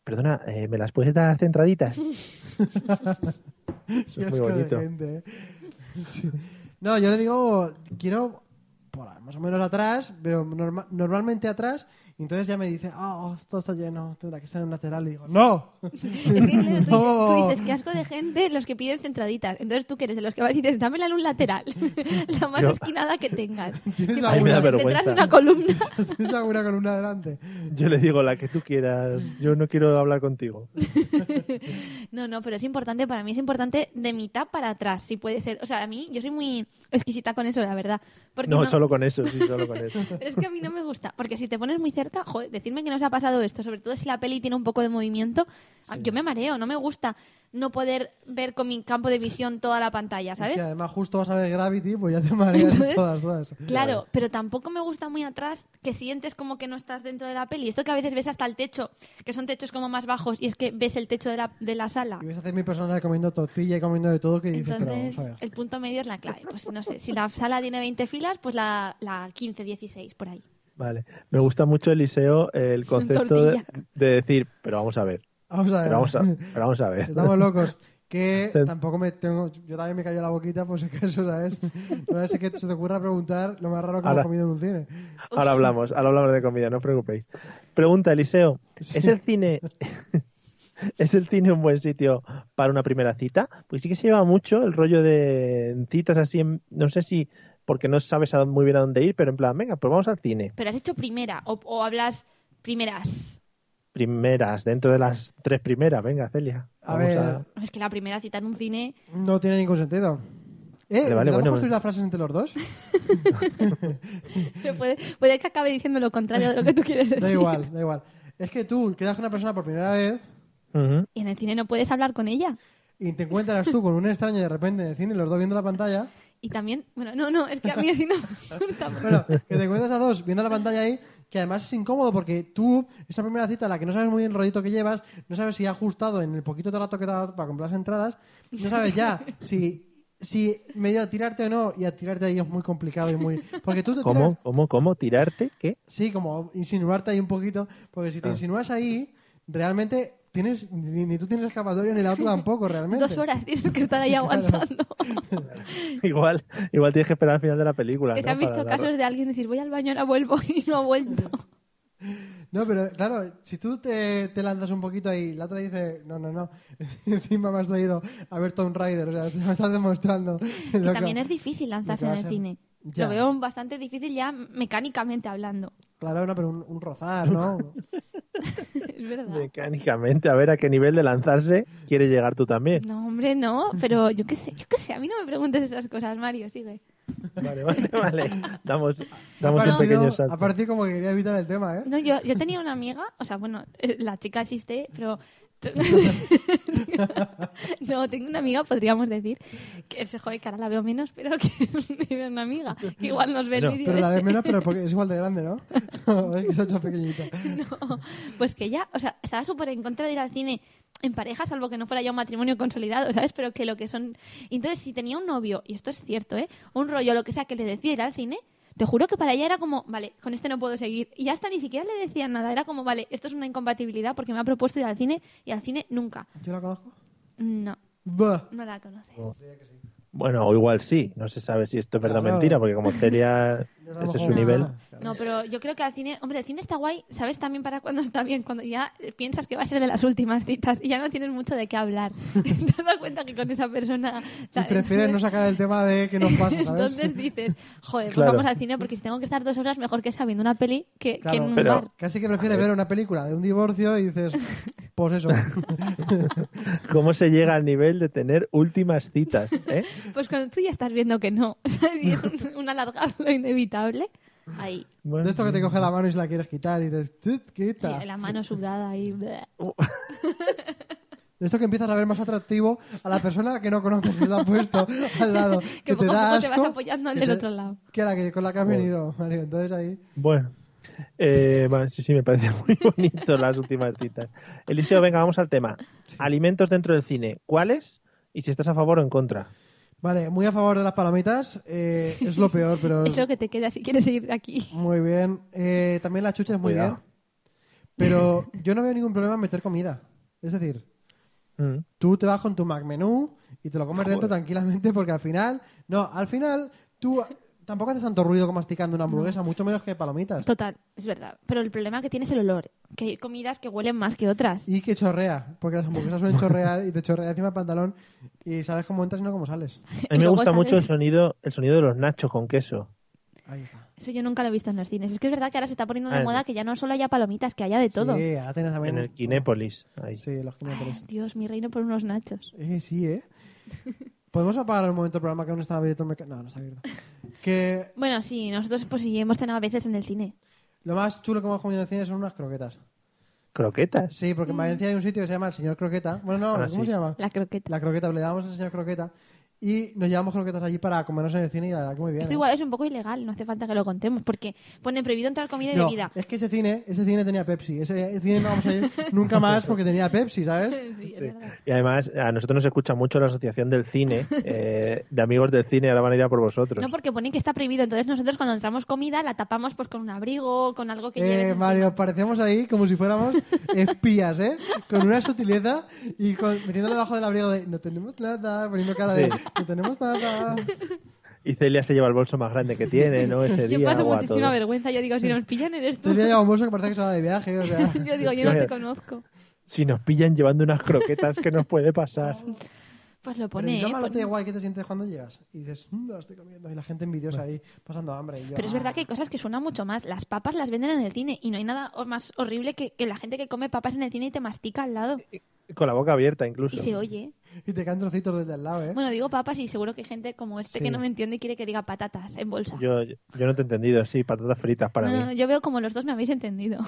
Speaker 1: perdona, eh, ¿me las puedes dar centraditas? Eso
Speaker 3: Qué
Speaker 1: es muy
Speaker 3: asco de
Speaker 1: bonito.
Speaker 3: gente, ¿eh? Sí. No, yo le digo, quiero por- más o menos atrás, pero norma- normalmente atrás. Y entonces ya me dice, ah, oh, esto está lleno, tendrá que ser un lateral. Y digo, ¡no!
Speaker 4: Es que claro, tú,
Speaker 3: No.
Speaker 4: dices- tú dices que asco de gente los que piden centraditas. Entonces tú que eres de los que vas y dices, dámela en un lateral. [laughs] la más
Speaker 1: Yo-
Speaker 4: esquinada
Speaker 1: [laughs]
Speaker 4: que tengas.
Speaker 3: Tienes
Speaker 4: Que parece
Speaker 3: la buena-
Speaker 4: que
Speaker 3: Ahí me
Speaker 1: da
Speaker 4: Detrás
Speaker 1: vergüenza.
Speaker 4: de una columna. [laughs]
Speaker 3: [laughs] ¿Tienes alguna columna adelante?
Speaker 1: Yo le digo la que tú quieras, yo no quiero hablar contigo.
Speaker 4: No, no, pero es importante, para mí es importante de mitad para atrás, si puede ser. O sea, a mí, yo soy muy exquisita con eso, la verdad. Porque
Speaker 1: No, solo con eso, sí, solo con eso.
Speaker 4: [laughs] Pero es que a mí no me gusta, porque si te pones muy cerca, joder, decirme que no se ha pasado esto, sobre todo si la peli tiene un poco de movimiento, a- yo me mareo, no me gusta no poder ver con mi campo de visión toda la pantalla,
Speaker 3: Y Si
Speaker 4: ¿sabes?
Speaker 3: además justo vas a ver Gravity, pues ya te mareas en
Speaker 4: Entonces,
Speaker 3: todas, todas.
Speaker 4: Claro, pero tampoco me gusta muy atrás que sientes como que no estás dentro de la peli. Esto que a veces ves hasta el techo, que son techos como más bajos, y es que ves el techo de la, de la sala.
Speaker 3: Y ves a hacer mi personal comiendo tortilla y comiendo de todo que dices,
Speaker 4: Entonces,
Speaker 3: pero vamos a ver.
Speaker 4: el punto medio es la clave. Pues no sé, si la sala tiene 20 filas, pues la, la 15, 16, por ahí.
Speaker 1: Vale, me gusta mucho Eliseo el concepto de,
Speaker 4: Tortilla.
Speaker 1: de decir, pero vamos a ver,
Speaker 3: Vamos a ver.
Speaker 1: pero vamos a, pero vamos a ver.
Speaker 3: [laughs] Estamos locos.
Speaker 1: [laughs]
Speaker 3: que
Speaker 1: Sí.
Speaker 3: tampoco me tengo... Yo también me cayó la boquita por si acaso, ¿sabes? No sé que se te ocurra preguntar lo más raro que
Speaker 1: Ahora-
Speaker 3: hemos comido en un cine.
Speaker 1: Ahora hablamos, ahora hablamos de comida, no os preocupéis. Pregunta, Eliseo, ¿es el cine [laughs] es el cine un buen sitio para una primera cita? Pues sí que se lleva mucho el rollo de citas así, en- no sé si porque no sabes a dónde- muy bien a dónde ir, pero en plan, venga, pues vamos al cine.
Speaker 4: Pero has hecho primera o, o hablas primeras.
Speaker 1: Primeras, dentro de las tres primeras, venga, Celia.
Speaker 3: A
Speaker 1: vamos
Speaker 3: ver,
Speaker 4: Es que la primera cita en un cine [laughs]
Speaker 3: No tiene ningún sentido. ¿Eh?
Speaker 1: Vale, vale,
Speaker 3: ¿Intentamos
Speaker 1: bueno,
Speaker 3: construir
Speaker 1: bueno.
Speaker 3: las frases entre los dos?
Speaker 4: pero puede, puede que acabe diciendo lo contrario de lo que tú quieres decir.
Speaker 3: [laughs] Da igual, da igual. Es que tú quedas con una persona por primera vez
Speaker 1: Ujú.
Speaker 4: Y en el cine no puedes hablar con ella.
Speaker 3: y te encuentras tú con un extraño de repente en el cine, los dos viendo la pantalla.
Speaker 4: Y también, bueno, no, no, es que a mí así no me gusta.
Speaker 3: [laughs] Bueno, que te encuentras a dos viendo la pantalla ahí, que además es incómodo porque tú, esa primera cita en la que no sabes muy bien el rollito que llevas, no sabes si ha ajustado en el poquito de rato que te ha dado para comprar las entradas, no sabes
Speaker 4: [laughs]
Speaker 3: ya si, si medio a tirarte o no, y a tirarte ahí es muy complicado
Speaker 4: [laughs]
Speaker 3: y muy... Porque tú te
Speaker 1: ¿Cómo,
Speaker 3: tiras-
Speaker 1: cómo, cómo? ¿Tirarte?
Speaker 3: [laughs]
Speaker 1: ¿Qué?
Speaker 3: Sí, como insinuarte ahí un poquito, porque si te insinúas ahí, realmente tienes ni, ni tú tienes escapatoria ni
Speaker 4: [laughs]
Speaker 3: la otra tampoco, realmente.
Speaker 4: Dos horas tienes que estar ahí aguantando.
Speaker 1: Igual, igual tienes que esperar al final de la película.
Speaker 4: que se
Speaker 1: ¿no?
Speaker 4: han visto
Speaker 1: Para la-
Speaker 4: casos de alguien decir voy al baño, ahora vuelvo y no ha [laughs] vuelto.
Speaker 3: No, pero claro, si tú te, te lanzas un poquito ahí, la otra dice, no, no, [laughs] no, encima me has traído a ver Tomb Raider, o sea, [laughs] se me estás demostrando.
Speaker 4: Que
Speaker 3: [laughs] loco.
Speaker 4: también es difícil lanzarse
Speaker 3: Lo
Speaker 4: en
Speaker 3: que
Speaker 4: el
Speaker 3: va a ser-
Speaker 4: cine.
Speaker 3: Ya.
Speaker 4: Lo veo bastante difícil ya mecánicamente hablando. [laughs]
Speaker 3: Claro, no, pero un, un rozar, ¿no?
Speaker 4: Es verdad.
Speaker 1: Mecánicamente, a ver a qué nivel de lanzarse quiere llegar tú también.
Speaker 4: No, hombre, no, pero yo qué sé, yo qué sé, a mí no me preguntes esas cosas, Mario, sigue.
Speaker 1: Vale,
Speaker 4: [laughs]
Speaker 1: vale, vale. Damos,
Speaker 3: Ha
Speaker 1: [laughs] damos un
Speaker 3: parecido-
Speaker 1: pequeño
Speaker 3: ha
Speaker 1: salto.
Speaker 3: parecido como que quería evitar el tema, ¿eh?
Speaker 4: No, yo, yo tenía una amiga, o sea, bueno, eh, la chica existe, pero... [laughs] no, tengo una amiga, podríamos decir, que se jode, que ahora la veo menos, pero que [laughs] era una amiga. que Igual nos ve el
Speaker 1: Pero-
Speaker 4: vídeo
Speaker 3: Pero la
Speaker 4: este.
Speaker 3: vez menos, pero
Speaker 4: [laughs]
Speaker 3: porque es igual de grande, ¿no? [laughs] No, es que se ha hecho pequeñita.
Speaker 4: No, [laughs] pues que ya, o sea, estaba súper en contra de ir al cine en pareja, salvo que no fuera ya un matrimonio consolidado, ¿sabes? Pero que lo que son... Entonces, si tenía un novio, y esto es cierto, ¿eh? Un rollo, lo que sea, que le decía ir al cine, te juro que para ella era como, vale, con este no puedo seguir. Y hasta ni siquiera le decían nada, era como, vale, esto es una incompatibilidad porque me ha propuesto ir al cine y al cine nunca.
Speaker 3: ¿Yo la conozco?
Speaker 4: No,
Speaker 3: Buah.
Speaker 4: no la conoces.
Speaker 1: Bueno, o igual sí. No se sabe si esto es verdad o
Speaker 3: Claro.
Speaker 1: mentira, porque
Speaker 3: [laughs]
Speaker 1: como Celia,
Speaker 3: a lo
Speaker 1: ese es
Speaker 3: mejor
Speaker 1: su
Speaker 3: no.
Speaker 1: nivel.
Speaker 4: No, pero yo creo que al cine, hombre, el cine está guay, ¿sabes? También para cuando [laughs] está bien, cuando ya piensas que va a ser de las últimas citas y ya no tienes mucho de qué hablar. [laughs] Te das cuenta que con esa persona...
Speaker 3: Y
Speaker 4: ¿sabes?
Speaker 3: prefieres no sacar el tema
Speaker 4: [laughs]
Speaker 3: de que nos pasa, ¿sabes?
Speaker 4: Entonces dices, joder, pues
Speaker 1: Claro.
Speaker 4: vamos al cine porque si tengo que estar dos horas mejor que sea viendo una peli que, que en
Speaker 3: Claro,
Speaker 4: un
Speaker 1: Pero-
Speaker 4: bar.
Speaker 3: casi que prefieres ver una película de un divorcio y dices,
Speaker 1: [laughs]
Speaker 3: pues eso.
Speaker 1: ¿Cómo se llega al nivel de tener últimas citas? eh?
Speaker 4: Pues cuando tú ya estás viendo que no, [laughs] ¿sabes? Y es un, un alargarlo inevitable. Ahí,
Speaker 1: Bueno,
Speaker 3: [laughs] De esto que te coge la mano y se la quieres quitar y dices, "Tut, quita.
Speaker 4: y la mano sudada y... bleh.
Speaker 3: De esto que empiezas a ver más atractivo a la persona que no conoces que te ha puesto al lado. Que,
Speaker 4: [laughs] Que poco
Speaker 3: te
Speaker 4: a
Speaker 3: da
Speaker 4: poco te vas
Speaker 3: asco,
Speaker 4: apoyando en
Speaker 3: que
Speaker 4: el
Speaker 3: te-
Speaker 4: otro lado.
Speaker 3: Que la que con la que has venido, Mario. Entonces ahí.
Speaker 1: bueno. Eh, bueno, sí, sí, me parece [laughs] muy bonito las últimas citas. Eliseo, venga, vamos al tema. Alimentos dentro del cine. ¿Cuáles? Y si estás a favor o en contra.
Speaker 3: Vale, muy a favor de las palomitas. eh,
Speaker 4: [laughs]
Speaker 3: es lo peor, pero.
Speaker 4: Es lo que te queda si quieres seguir aquí.
Speaker 3: Muy bien. Eh, también las chuches, muy
Speaker 1: Cuidado.
Speaker 3: bien. Pero yo no veo ningún problema en meter comida. Es decir,
Speaker 1: Mm.
Speaker 3: tú te vas con tu Mac menú y te lo comes dentro tranquilamente porque al final, no, al final tú tampoco haces tanto ruido como masticando una hamburguesa, mucho menos que palomitas.
Speaker 4: Total, es verdad. Pero el problema que tiene es el olor. Que hay comidas que huelen más que otras.
Speaker 3: Y que chorrea, porque las hamburguesas suelen chorrear y te chorrea encima el pantalón y sabes cómo entras y no cómo sales.
Speaker 1: A mí me
Speaker 4: luego
Speaker 1: gusta
Speaker 4: sale-
Speaker 1: mucho el sonido, el sonido de los nachos con queso.
Speaker 3: Ahí está.
Speaker 4: Eso yo nunca lo he visto en los cines. Es que es verdad que ahora se está poniendo
Speaker 1: Ah,
Speaker 4: de
Speaker 1: no.
Speaker 4: moda que ya no solo haya palomitas, que haya de todo.
Speaker 3: Sí, ahora tienes también.
Speaker 1: En el Kinépolis. Ahí.
Speaker 3: Sí, los
Speaker 4: Ay,
Speaker 3: kinépolis.
Speaker 4: Dios, mi reino por unos nachos.
Speaker 3: Eh, sí, ¿eh? ¿Podemos apagar un momento el programa que aún no está abierto el mercado? No, no está abierto. Que
Speaker 4: Bueno, sí, nosotros pues sí, hemos cenado a veces en el cine.
Speaker 3: lo más chulo que hemos comido en el cine son unas croquetas.
Speaker 1: Croquetas.
Speaker 3: Sí, porque en Valencia hay un sitio que se llama el señor croqueta. Bueno, no,
Speaker 1: Ah,
Speaker 3: ¿cómo
Speaker 1: sí.
Speaker 3: se llama?
Speaker 4: La croqueta.
Speaker 3: La croqueta, le llamamos al señor croqueta. y nos llevamos croquetas allí para comernos en el cine y la verdad que muy bien.
Speaker 4: Esto
Speaker 3: ¿eh?
Speaker 4: igual es un poco ilegal, no hace falta que lo contemos, porque pone prohibido entrar comida y
Speaker 3: No,
Speaker 4: bebida.
Speaker 3: es que ese cine, ese cine tenía Pepsi. Ese cine no vamos a ir nunca más porque tenía Pepsi, ¿sabes?
Speaker 4: [laughs] Sí, es verdad.
Speaker 1: Y además, a nosotros nos escucha mucho la Asociación del
Speaker 4: [laughs]
Speaker 1: Cine, eh, de amigos del cine, ahora van a ir a por vosotros.
Speaker 4: No, porque pone que está prohibido. Entonces nosotros cuando entramos comida la tapamos pues con un abrigo, con algo que lleve.
Speaker 3: Eh, Mario, parecemos ahí como si fuéramos espías, ¿eh? Con una sutileza y con, metiéndolo debajo del abrigo de no tenemos nada, poniendo cara de
Speaker 1: Sí.
Speaker 3: no tenemos nada.
Speaker 1: Y Celia se lleva el bolso más grande que tiene,
Speaker 4: [laughs]
Speaker 1: ¿no? Ese
Speaker 4: Yo
Speaker 1: día
Speaker 4: paso
Speaker 1: o a
Speaker 4: muchísima
Speaker 1: todo.
Speaker 4: vergüenza. Yo digo, si nos pillan
Speaker 3: [laughs]
Speaker 4: eres tú.
Speaker 3: Te lleva un bolso que parece que se va de viaje, o sea.
Speaker 4: Yo digo, yo no te conozco.
Speaker 1: Si nos pillan llevando unas croquetas, ¿qué nos puede
Speaker 4: [laughs]
Speaker 1: pasar?
Speaker 4: Pues lo [laughs]
Speaker 3: Pero
Speaker 4: pone, ¿eh?
Speaker 3: llámalo,
Speaker 4: Pon-
Speaker 3: te da igual que te sientes cuando llegas. Y dices, "Mm, lo estoy comiendo. Y la gente envidiosa ahí, pasando hambre. y yo,
Speaker 4: Pero es
Speaker 3: "Ah".
Speaker 4: verdad que hay cosas que suenan mucho más. Las papas las venden en el cine y no hay nada o- más horrible que, que la gente que come papas en el cine y te mastica al lado.
Speaker 1: Con la boca abierta
Speaker 4: Y
Speaker 1: incluso.
Speaker 4: se oye.
Speaker 3: Y te caen trocitos desde al lado, ¿eh?
Speaker 4: Bueno, digo papas y seguro que hay gente como este
Speaker 3: Sí.
Speaker 4: que no me entiende y quiere que diga patatas en bolsa.
Speaker 1: Yo, yo no te he entendido, sí, patatas fritas para
Speaker 4: No,
Speaker 1: mí.
Speaker 4: yo veo como los dos me habéis entendido.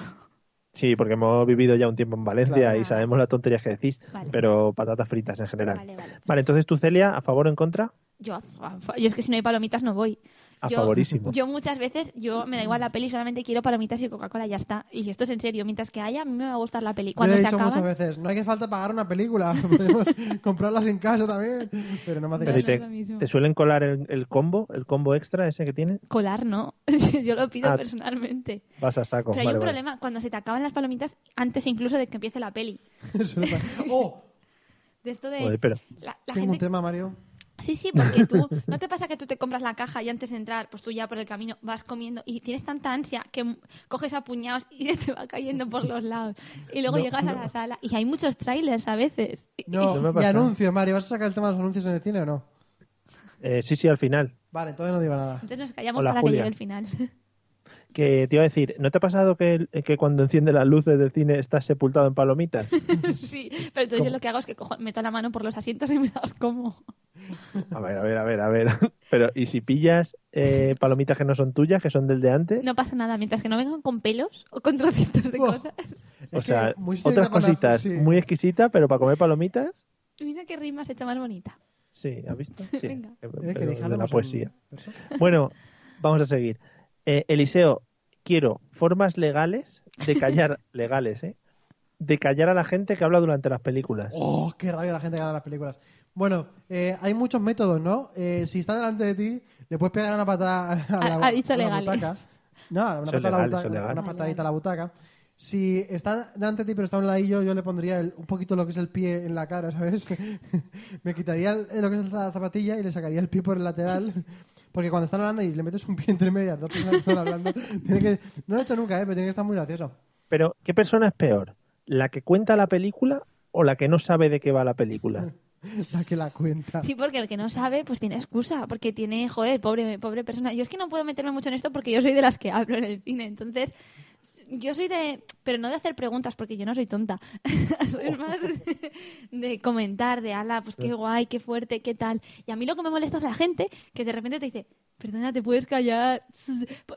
Speaker 1: Sí, porque hemos vivido ya un tiempo en Valencia
Speaker 3: Claro.
Speaker 1: y sabemos las tonterías que decís,
Speaker 4: Vale.
Speaker 1: pero patatas fritas en general.
Speaker 4: Vale, vale. pues
Speaker 1: Vale, entonces tú, Celia, ¿a favor o en contra?
Speaker 4: Yo, a fa- fa- yo es que si no hay palomitas no voy.
Speaker 1: A
Speaker 4: yo,
Speaker 1: favorísimo.
Speaker 4: Yo muchas veces, yo me da igual la peli, solamente quiero palomitas y Coca-Cola y ya está. Y esto es en serio, mientras que haya, a mí me va a gustar la peli.
Speaker 3: Yo le
Speaker 4: Cuando
Speaker 3: he
Speaker 4: se
Speaker 3: dicho
Speaker 4: acaba,
Speaker 3: muchas veces, no hay que falta pagar una película, [laughs] podemos comprarlas en casa también, pero no me hace
Speaker 1: Pero
Speaker 4: no
Speaker 1: ¿y
Speaker 4: es
Speaker 1: te,
Speaker 4: lo mismo.
Speaker 1: te suelen colar el, el combo, el combo extra ese que tiene?
Speaker 4: colar no. [laughs] yo lo pido
Speaker 1: Ah.
Speaker 4: personalmente.
Speaker 1: Vas a saco.
Speaker 4: Pero hay
Speaker 1: vale,
Speaker 4: un
Speaker 1: vale.
Speaker 4: problema, cuando se te acaban las palomitas, antes incluso de que empiece la peli.
Speaker 3: caso. [laughs] Suele
Speaker 4: [laughs]
Speaker 3: pasar. ¡Oh!
Speaker 4: De esto de...
Speaker 1: Joder, pero-
Speaker 4: la, la
Speaker 3: Tengo un
Speaker 4: gente... [laughs]
Speaker 3: tema, Mario.
Speaker 4: Sí, sí, porque
Speaker 1: [laughs]
Speaker 4: tú... ¿No te pasa que tú te compras la caja y antes de entrar, pues tú ya por el camino vas comiendo y tienes tanta ansia que m- coges a puñados y [laughs] se te va cayendo por los lados? Y luego
Speaker 1: No,
Speaker 4: llegas a la sala y hay muchos trailers a veces. Y-
Speaker 1: No
Speaker 3: No,
Speaker 1: me
Speaker 3: y
Speaker 1: pasa.
Speaker 3: anuncios, Mario, ¿vas a sacar el tema de los anuncios en el cine o no?
Speaker 1: Eh, sí, sí, al final.
Speaker 3: Vale, entonces no digo nada.
Speaker 4: Entonces nos callamos
Speaker 1: Hola,
Speaker 4: para
Speaker 1: Julia.
Speaker 4: que llegue el final. [laughs]
Speaker 1: Que te iba a decir, ¿no te ha pasado que, que cuando enciende las luces del cine estás sepultado en palomitas?
Speaker 4: sí, pero entonces yo lo que hago es que cojo, meto la mano por los asientos y me las como.
Speaker 1: A ver, a ver, a ver, a ver. [laughs] Pero, ¿y si pillas eh, palomitas que no son tuyas, que son del de antes?
Speaker 4: No pasa nada, mientras que no vengan con pelos o con trocitos de
Speaker 3: Buah.
Speaker 4: cosas.
Speaker 1: o
Speaker 3: Es que
Speaker 1: sea,
Speaker 3: muy estricta
Speaker 1: otras
Speaker 3: con la-
Speaker 1: cositas
Speaker 3: sí.
Speaker 1: muy exquisitas, pero para comer palomitas,
Speaker 4: Mira qué rima se echa más bonita.
Speaker 1: sí, ¿has visto? Sí,
Speaker 4: Venga.
Speaker 1: eh,
Speaker 3: Eh, que
Speaker 1: pero de
Speaker 3: dejarlo
Speaker 1: la
Speaker 3: en
Speaker 1: poesía.
Speaker 3: persona.
Speaker 1: Bueno, vamos a seguir. Eh, Eliseo, quiero formas legales de callar, [laughs] legales, ¿eh? De callar a la gente que habla durante las películas.
Speaker 3: ¡Oh, qué rabia la gente que gana las películas! Bueno, eh, hay muchos métodos, ¿no? Eh, si está delante de ti, le puedes pegar una patada a la,
Speaker 4: Ha- ha dicho
Speaker 3: a la
Speaker 4: legales.
Speaker 3: butaca. No, una,
Speaker 1: Son
Speaker 3: patada a la
Speaker 1: legales,
Speaker 3: butaca-
Speaker 1: son
Speaker 3: una-
Speaker 1: legales.
Speaker 3: una patadita a la butaca. Si está delante de ti pero está a un ladillo, yo le pondría el- un poquito lo que es el pie en la cara, ¿sabes? [laughs] Me quitaría el- lo que es la zapatilla y le sacaría el pie por el lateral. [laughs] Porque cuando están hablando y le metes un pie entre medias, dos personas que están hablando, [laughs] tiene que... No lo he hecho nunca, ¿eh? pero tiene que estar muy gracioso. [laughs]
Speaker 1: Pero, ¿qué persona es peor? ¿La que cuenta la película o la que no sabe de qué va la película?
Speaker 3: La que la cuenta.
Speaker 4: Sí, porque el que no sabe, pues tiene excusa, porque tiene, joder, pobre, pobre persona. Yo es que no puedo meterme mucho en esto porque yo soy de las que hablo en el cine. Entonces, yo soy de, pero no de hacer preguntas porque yo no soy tonta. [laughs] soy más de, de comentar, de, ala, pues qué guay, qué fuerte, qué tal. Y a mí lo que me molesta es la gente que de repente te dice, perdona, te puedes callar.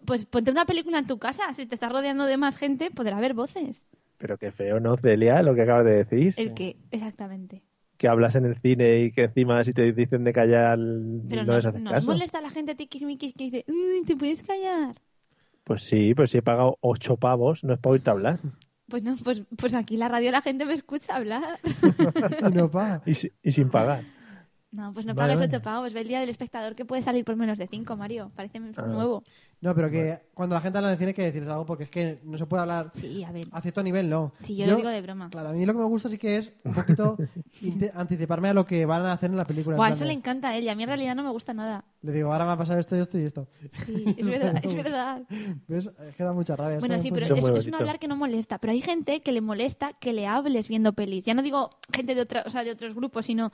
Speaker 4: Pues ponte una película en tu casa, si te estás rodeando de más gente, podrá haber voces.
Speaker 1: Pero qué feo, ¿no, Celia? Lo que acabas de decir.
Speaker 4: El que, exactamente.
Speaker 1: Que hablas en el cine y que encima si te dicen de callar
Speaker 4: Pero
Speaker 1: no les
Speaker 4: nos,
Speaker 1: haces
Speaker 4: nos
Speaker 1: caso.
Speaker 4: molesta la gente tiquismiquis que dice, "Mm, ¿te puedes callar?
Speaker 1: Pues sí, pues si he pagado ocho pavos, no es para oírte hablar.
Speaker 4: Pues no, pues, pues aquí en la radio la gente me escucha hablar. [laughs]
Speaker 3: Y no
Speaker 1: [laughs]
Speaker 3: paga.
Speaker 1: Y, si- y sin pagar.
Speaker 4: No, pues no
Speaker 1: Vale,
Speaker 4: pagues
Speaker 1: vale.
Speaker 4: ocho pavos. Ve el día del espectador que puede salir por menos de cinco, Mario. Parece
Speaker 1: Ah.
Speaker 4: nuevo.
Speaker 3: No, pero que cuando la gente habla en el cine hay que decirles algo porque es que no se puede hablar
Speaker 4: Sí, a ver.
Speaker 1: Ah,
Speaker 3: a cierto nivel, no.
Speaker 4: Sí, yo lo digo de broma.
Speaker 3: Claro, a mí lo que me gusta sí que es un
Speaker 4: [laughs]
Speaker 3: poquito inte- anticiparme a lo que van a hacer en la película. en
Speaker 4: Buah,
Speaker 3: plan
Speaker 4: eso
Speaker 3: de-
Speaker 4: le encanta a él. y A mí en realidad no me
Speaker 1: [laughs]
Speaker 4: gusta nada.
Speaker 3: le digo, ahora va a pasar esto y esto y esto.
Speaker 4: Sí, es verdad, es verdad.
Speaker 3: ¿Ves? Es que da mucha rabia.
Speaker 4: Bueno,
Speaker 3: ¿sabes?
Speaker 4: sí,
Speaker 3: Pues-
Speaker 4: pero
Speaker 1: Eso es
Speaker 4: es,
Speaker 1: muy
Speaker 4: es un
Speaker 1: bonito.
Speaker 4: hablar que no molesta. Pero hay gente que le molesta que le hables viendo pelis. Ya no digo gente de, otra, o sea, de otros grupos, sino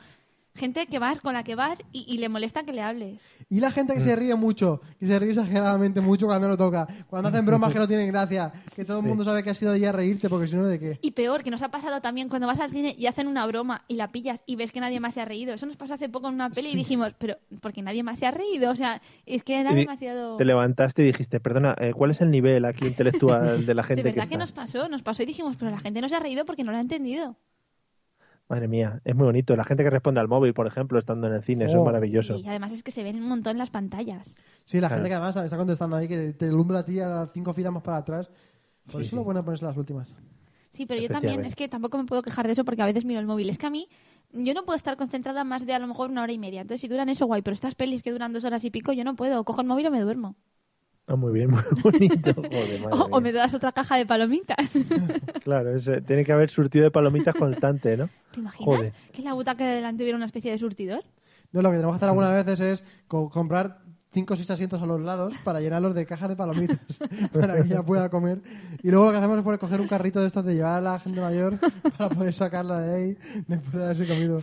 Speaker 4: gente que vas con la que vas y, y le molesta que le hables.
Speaker 3: Y la gente que
Speaker 1: Mm.
Speaker 3: se ríe mucho, que se ríe exageradamente mucho cuando lo toca, cuando hacen bromas que no tienen gracia, que todo el mundo sabe que ha sido ya a reírte porque si no, ¿de qué?
Speaker 4: Y peor, que nos ha pasado también cuando vas al cine y hacen una broma y la pillas y ves que nadie más se ha reído. Eso nos pasó hace poco en una peli y dijimos, pero porque nadie más se ha reído. O sea, es que era
Speaker 1: Y di-
Speaker 4: demasiado...
Speaker 1: Te
Speaker 4: De
Speaker 1: levantaste y dijiste, perdona, eh, ¿cuál es el nivel aquí
Speaker 4: [laughs]
Speaker 1: intelectual de la gente
Speaker 4: verdad
Speaker 1: que
Speaker 4: que,
Speaker 1: está?
Speaker 4: nos pasó, nos pasó y dijimos, pero la gente no se ha reído porque no lo ha entendido.
Speaker 1: Madre mía, es muy bonito. La gente que responde al móvil, por ejemplo, estando en el cine, eso
Speaker 3: Oh.
Speaker 1: es maravilloso.
Speaker 4: Y además es que se ven un montón las pantallas.
Speaker 3: Sí, la
Speaker 1: Claro.
Speaker 3: gente que además está contestando ahí que te alumbra a ti a las cinco filas más para atrás. Por
Speaker 1: Sí,
Speaker 3: eso lo
Speaker 1: sí.
Speaker 3: bueno ponerse las últimas.
Speaker 4: Sí, pero yo también
Speaker 1: Efectivamente.
Speaker 4: es que tampoco me puedo quejar de eso porque a veces miro el móvil. Es que a mí yo no puedo estar concentrada más de a lo mejor una hora y media. Entonces, si duran eso, guay, pero estas pelis que duran dos horas y pico, yo no puedo. Cojo el móvil o me duermo.
Speaker 1: Ah, muy bien, muy
Speaker 4: [laughs]
Speaker 1: bonito. Joder, madre
Speaker 4: O, o Oh, me
Speaker 1: mía.
Speaker 4: das otra caja de palomitas.
Speaker 1: Claro, ese- tiene que haber surtido de palomitas constante,
Speaker 4: [laughs]
Speaker 1: ¿no?
Speaker 4: ¿Te imaginas
Speaker 1: Joder.
Speaker 4: que en la butaca de delante hubiera una especie de surtidor?
Speaker 3: No, lo que tenemos que hacer algunas veces es co- comprar cinco o seis asientos a los lados para llenarlos de cajas de palomitas
Speaker 1: [laughs]
Speaker 3: para que ella pueda comer. Y luego lo que hacemos es poner- coger un carrito de estos de llevar a la gente mayor [laughs] para poder sacarla de ahí después de haberse comido.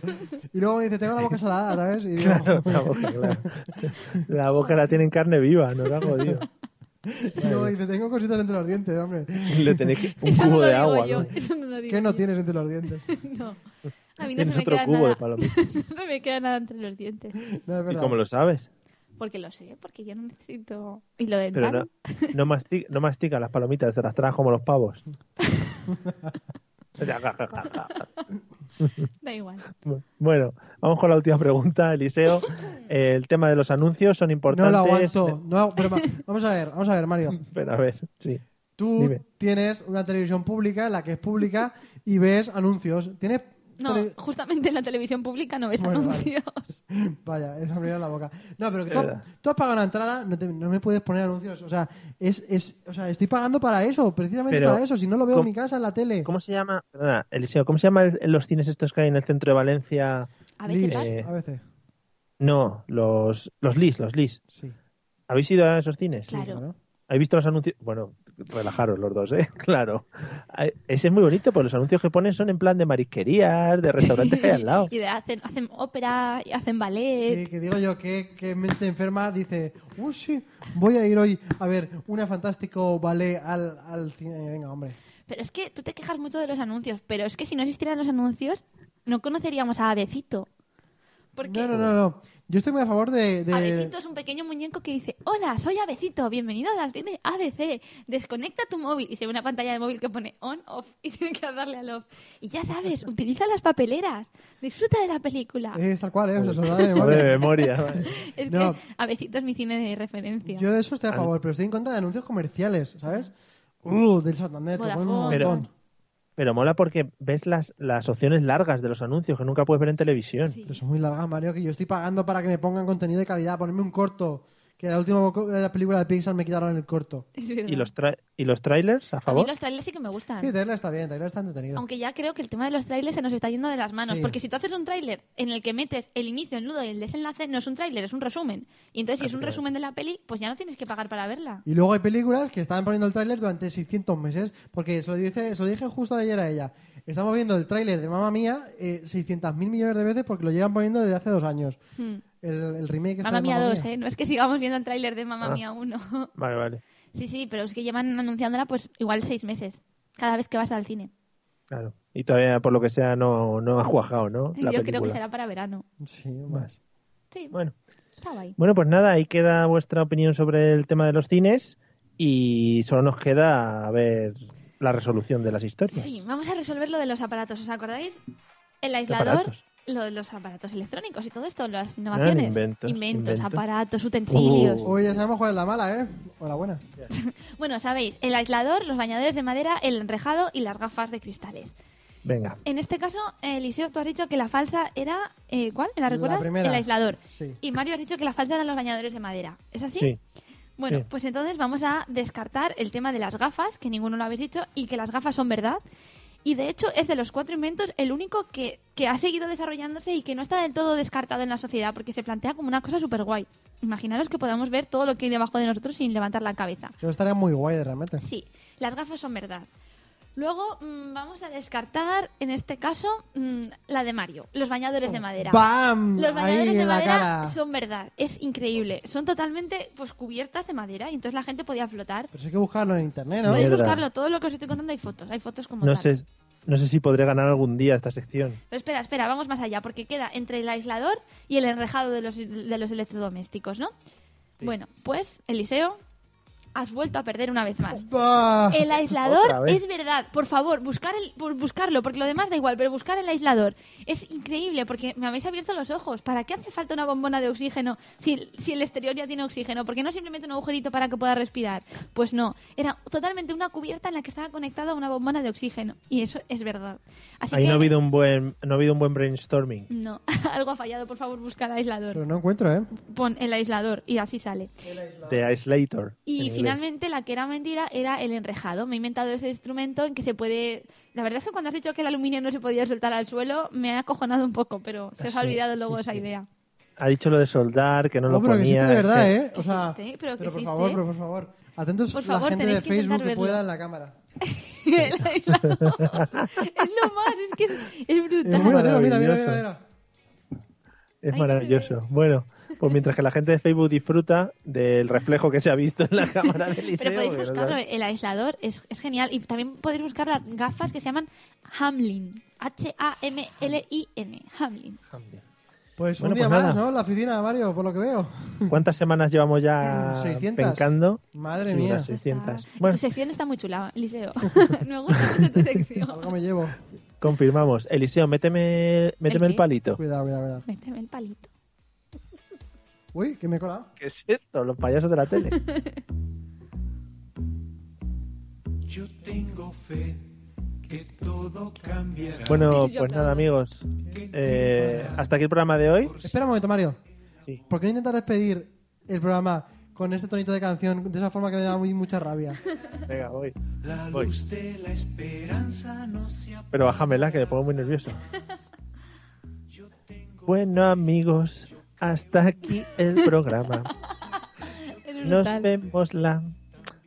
Speaker 3: Y luego me dice, tengo la boca salada, ¿sabes? Y digo,
Speaker 1: Claro, la boca, claro. La boca la tienen carne viva, no la hago, tío.
Speaker 3: [laughs] y luego dice, tengo cositas entre los dientes, hombre.
Speaker 1: Le tenéis que- un
Speaker 4: eso
Speaker 1: cubo
Speaker 4: no lo
Speaker 1: de
Speaker 4: digo
Speaker 1: agua,
Speaker 4: yo.
Speaker 1: ¿no?
Speaker 4: Eso no lo digo
Speaker 3: ¿Qué no
Speaker 4: yo.
Speaker 3: tienes entre los dientes?
Speaker 4: [laughs] No. A mí no
Speaker 1: Tienes
Speaker 4: se me
Speaker 1: otro
Speaker 4: queda
Speaker 1: cubo de
Speaker 4: nada.
Speaker 1: palomitas.
Speaker 4: [laughs] no se me queda nada entre los dientes.
Speaker 3: No, es
Speaker 1: ¿Y
Speaker 3: verdad.
Speaker 1: cómo lo sabes?
Speaker 4: Porque lo sé, porque yo no necesito hilo dental.
Speaker 1: Pero no, no, mastica, no mastica las palomitas, te las traes como los pavos.
Speaker 4: Da igual.
Speaker 1: [laughs] Bueno, vamos con la última pregunta, Eliseo. Eh, El tema de los anuncios son
Speaker 3: No
Speaker 1: importantes.
Speaker 3: lo aguanto. No, hago- pero ma- vamos a ver, vamos a
Speaker 1: [laughs]
Speaker 3: ver, Mario.
Speaker 1: Pero a ver, sí.
Speaker 3: Tú
Speaker 1: Dime.
Speaker 3: tienes una televisión pública, la que es pública, y ves anuncios. Tienes
Speaker 4: No,
Speaker 3: tele-
Speaker 4: justamente en la televisión pública no ves
Speaker 3: Bueno, vale.
Speaker 4: anuncios.
Speaker 3: Vaya, es abrir la boca. No, pero que
Speaker 1: Es
Speaker 3: tú,
Speaker 1: verdad.
Speaker 3: tú has pagado una entrada, no, te- no me puedes poner anuncios. O sea, es, es, o sea, estoy pagando para eso, precisamente
Speaker 1: Pero,
Speaker 3: para eso. Si no lo veo en
Speaker 1: ¿cómo-
Speaker 3: mi casa, en la tele.
Speaker 1: ¿Cómo se llama? Perdona, Eliseo, ¿cómo se llama el- los cines estos que hay en el centro de Valencia?
Speaker 4: [laughs] A veces
Speaker 3: Lis,
Speaker 4: tal.
Speaker 1: Eh,
Speaker 3: a veces,
Speaker 1: No, los, los LIS, los LIS.
Speaker 3: sí.
Speaker 1: ¿Habéis ido a esos cines?
Speaker 4: Claro.
Speaker 1: ¿Habéis visto los anuncios? Bueno, relajaros los dos, ¿eh? [laughs] Claro. Ay, Ese es muy bonito, porque los anuncios que ponen son en plan de marisquerías, de restaurantes que hay al lado.
Speaker 4: Y de- hacen, hacen ópera, y hacen
Speaker 3: Sí,
Speaker 4: ballet.
Speaker 3: que digo yo que, que mente enferma dice, uy, sí, voy a ir hoy a ver una fantástico ballet al, al cine. Eh, Venga, hombre.
Speaker 4: Pero es que tú te quejas mucho de los anuncios, pero es que si no existieran los anuncios, no conoceríamos a Abecito. Porque
Speaker 3: No, no, no, no. Yo estoy muy a favor de... de-
Speaker 4: Abecito es un pequeño muñeco que dice, hola, soy Abecito, bienvenido al cine ABC, desconecta tu móvil. Y se ve una pantalla de móvil que pone on, off, y [laughs] tiene que darle al off. Y ya sabes,
Speaker 3: [laughs]
Speaker 4: utiliza las papeleras, disfruta de la película.
Speaker 3: Es tal cual, ¿eh? O sea,
Speaker 1: [laughs]
Speaker 3: se lo da de
Speaker 1: Joder,
Speaker 3: memoria.
Speaker 1: Pues, de memoria. vale.
Speaker 4: es
Speaker 3: no.
Speaker 4: que Abecito es mi cine de referencia.
Speaker 3: Yo de eso estoy a favor, pero estoy en contra de anuncios comerciales, ¿sabes? Uh, del Santander, que ponen un
Speaker 4: Vodafone.
Speaker 1: Pero-
Speaker 3: montón.
Speaker 1: Pero mola porque ves las, las opciones largas de los anuncios que nunca puedes ver en televisión.
Speaker 4: Sí.
Speaker 3: Pero son muy largas, Mario, que yo estoy pagando para que me pongan contenido de calidad, ponerme un corto. Que la última co- eh, la película de Pixar me quitaron el corto.
Speaker 4: Es verdad.
Speaker 1: ¿Y los, tra- ¿Y los trailers, a
Speaker 4: A mí
Speaker 1: favor?
Speaker 4: los trailers sí que me gustan.
Speaker 3: Sí, Taylor está bien, Taylor está entretenido.
Speaker 4: Aunque ya creo que el tema de los trailers se nos está yendo de las manos.
Speaker 3: Sí.
Speaker 4: Porque si tú haces un tráiler en el que metes el inicio, el nudo y el desenlace, no es un tráiler, es un resumen. Y entonces, si es un resumen de la peli, pues ya no tienes que pagar para verla.
Speaker 3: Y luego hay películas que estaban poniendo el tráiler durante 600 meses, porque se lo, dice, se lo dije justo ayer a ella. Estamos viendo el tráiler de Mamma Mía eh, 600.000 millones de veces porque lo llevan poniendo desde hace dos años.
Speaker 4: Hmm.
Speaker 3: El, el remake está
Speaker 4: Mamma Mía 2,
Speaker 3: Mía.
Speaker 4: ¿eh? No es que sigamos viendo el tráiler de Mamma
Speaker 1: Ah.
Speaker 4: Mía 1.
Speaker 1: Vale, vale.
Speaker 4: [laughs] sí, sí, pero es que llevan anunciándola pues igual seis meses. Cada vez que vas al cine.
Speaker 1: Claro. Y todavía, por lo que sea, no, no ha cuajado, ¿no? [laughs] La
Speaker 4: Yo creo que
Speaker 1: película.
Speaker 4: será para verano.
Speaker 3: Sí, más.
Speaker 4: Sí,
Speaker 1: Bueno.
Speaker 4: está guay.
Speaker 1: bueno, pues nada, ahí queda vuestra opinión sobre el tema de los cines y solo nos queda ver la resolución de las historias.
Speaker 4: Sí, vamos a resolver lo de los aparatos. ¿Os acordáis? El aislador,
Speaker 1: aparatos? Ah,
Speaker 4: lo de los aparatos electrónicos y todo esto, las innovaciones.
Speaker 1: inventos, inventos. Uh.
Speaker 4: aparatos, utensilios.
Speaker 3: Hoy ya sabemos cuál es la mala, ¿eh? O la buena.
Speaker 4: Bueno, sabéis, el aislador, los bañadores de madera, el enrejado y las gafas de cristales.
Speaker 1: Venga.
Speaker 4: En este caso, eh, Eliseo, tú has dicho que la falsa era... eh, ¿Cuál? ¿Me la recuerdas?
Speaker 3: primera.
Speaker 4: El aislador.
Speaker 3: Sí.
Speaker 4: Y Mario has dicho que la falsa eran los bañadores de madera. ¿Es así?
Speaker 1: Sí.
Speaker 4: Bueno,
Speaker 1: sí.
Speaker 4: pues entonces vamos a descartar el tema de las gafas, que ninguno lo habéis dicho, y que las gafas son verdad. Y de hecho es de los cuatro inventos el único que, que ha seguido desarrollándose y que no está del todo descartado en la sociedad, porque se plantea como una cosa súper guay. Imaginaros que podamos ver todo lo que hay debajo de nosotros sin levantar la cabeza.
Speaker 3: Que estaría muy guay, realmente.
Speaker 4: Sí, las gafas son verdad. Luego mm, vamos a descartar, en este caso, mm, la de Mario, los bañadores de madera.
Speaker 3: ¡Bam!
Speaker 4: Los bañadores
Speaker 3: Ahí
Speaker 4: de
Speaker 3: en la
Speaker 4: madera
Speaker 3: cara.
Speaker 4: son verdad, es increíble. Son totalmente pues cubiertas de madera y entonces la gente podía flotar.
Speaker 3: Pero eso hay que buscarlo en internet, ¿no?
Speaker 4: Podéis
Speaker 1: Mierda.
Speaker 4: buscarlo, todo lo que os estoy contando hay fotos, hay fotos como
Speaker 1: No
Speaker 4: tal.
Speaker 1: sé, no sé si podré ganar algún día esta sección.
Speaker 4: Pero espera, espera, vamos más allá, porque queda entre el aislador y el enrejado de los, de los electrodomésticos, ¿no? Bueno, pues, Eliseo, has vuelto a perder una vez más.
Speaker 3: Bah.
Speaker 4: El
Speaker 1: [laughs] Otra
Speaker 4: aislador
Speaker 1: vez.
Speaker 4: es verdad. Por favor, buscar el, por buscarlo, porque lo demás da igual, pero buscar el aislador es increíble porque me habéis abierto los ojos. ¿Para qué hace falta una bombona de oxígeno si, si el exterior ya tiene oxígeno? ¿Por qué no simplemente un agujerito para que pueda respirar? Pues no, era totalmente una cubierta en la que estaba conectada una bombona de oxígeno. Y eso es verdad. Así
Speaker 1: Ahí
Speaker 4: que
Speaker 1: no ha habido un buen, no ha habido un buen brainstorming.
Speaker 4: no, [laughs] algo ha fallado. Por favor, buscar aislador.
Speaker 3: Pero no encuentro, ¿eh?
Speaker 4: Pon el aislador y así sale.
Speaker 1: De Isolator. en
Speaker 4: Y
Speaker 1: inglés.
Speaker 4: finalmente la que era mentira era el enrejado. Me he inventado ese instrumento en que se puede... La verdad es que cuando has dicho que el aluminio no se podía soltar al suelo, me ha acojonado un poco, pero se os ha
Speaker 1: Sí,
Speaker 4: olvidado luego
Speaker 1: sí,
Speaker 4: esa
Speaker 1: sí. [laughs]
Speaker 4: idad.
Speaker 1: Ha dicho lo de soldar, que no
Speaker 3: No,
Speaker 1: lo
Speaker 3: pero que
Speaker 1: ponía. este,
Speaker 3: existe de verdad,
Speaker 1: que-
Speaker 3: ¿eh? O sea,
Speaker 4: existe, pero que
Speaker 3: por
Speaker 4: existe.
Speaker 3: favor, pero por favor. Atentos
Speaker 4: Por
Speaker 3: la
Speaker 4: favor,
Speaker 3: gente
Speaker 4: tenéis
Speaker 3: de
Speaker 4: que
Speaker 3: Facebook
Speaker 4: intentar
Speaker 3: que pueda
Speaker 4: verlo.
Speaker 3: en la cámara.
Speaker 4: [laughs] El aislador. es lo más, es que es, es
Speaker 3: Eh,
Speaker 4: brutal.
Speaker 3: bueno, mira, mira, mira,
Speaker 1: maravilloso.
Speaker 3: mira, mira.
Speaker 1: Es
Speaker 4: Ay, no se
Speaker 1: maravilloso. Bueno,
Speaker 4: [laughs]
Speaker 1: pues mientras que la gente de Facebook disfruta del reflejo que se ha visto
Speaker 4: [laughs]
Speaker 1: en la cámara del liceo.
Speaker 4: Pero podéis
Speaker 1: que no
Speaker 4: buscarlo, eh.
Speaker 1: sabe-
Speaker 4: el aislador es, es genial. Y también podéis buscar las gafas que se llaman Hamlin. H-A-M-L-I-N. Hamlin.
Speaker 3: Pues
Speaker 1: Bueno,
Speaker 3: un día
Speaker 1: pues
Speaker 3: más,
Speaker 1: nada.
Speaker 3: ¿no? La oficina, Mario, por lo que veo.
Speaker 1: ¿Cuántas semanas llevamos
Speaker 3: Mm,
Speaker 1: ya
Speaker 3: 600.
Speaker 1: pencando?
Speaker 3: Madre
Speaker 1: Sí,
Speaker 3: mía.
Speaker 1: unas 600.
Speaker 4: Está-
Speaker 1: Bueno,
Speaker 4: Tu sección está muy chula, Eliseo. [laughs] me gusta mucho
Speaker 1: [laughs]
Speaker 4: tu
Speaker 3: Algo
Speaker 4: sección.
Speaker 3: me llevo.
Speaker 1: confirmamos. Eliseo, méteme, méteme
Speaker 4: ¿El
Speaker 1: el,
Speaker 4: qué?
Speaker 1: palito.
Speaker 3: Cuidado, cuidado, cuidado.
Speaker 4: Méteme el palito.
Speaker 3: Uy, que me he colado.
Speaker 1: ¿Qué es esto? Los payasos de la tele.
Speaker 6: Yo tengo fe que todo cambiará.
Speaker 1: Bueno,
Speaker 4: Yo
Speaker 1: pues
Speaker 4: aplaudo.
Speaker 1: nada, amigos. Eh, hasta aquí el programa de hoy.
Speaker 3: Espera un momento, Mario.
Speaker 1: Sí.
Speaker 3: ¿Por qué no intentas despedir el programa con este tonito de canción de esa forma que me da muy, mucha rabia? [laughs]
Speaker 1: Venga, voy.
Speaker 6: La
Speaker 1: voy.
Speaker 6: luz de la esperanza no se apaga.
Speaker 1: Pero bájamela, que me pongo muy nervioso. Bueno, amigos, hasta aquí el programa.
Speaker 4: Es
Speaker 1: Nos
Speaker 4: brutal.
Speaker 1: vemos la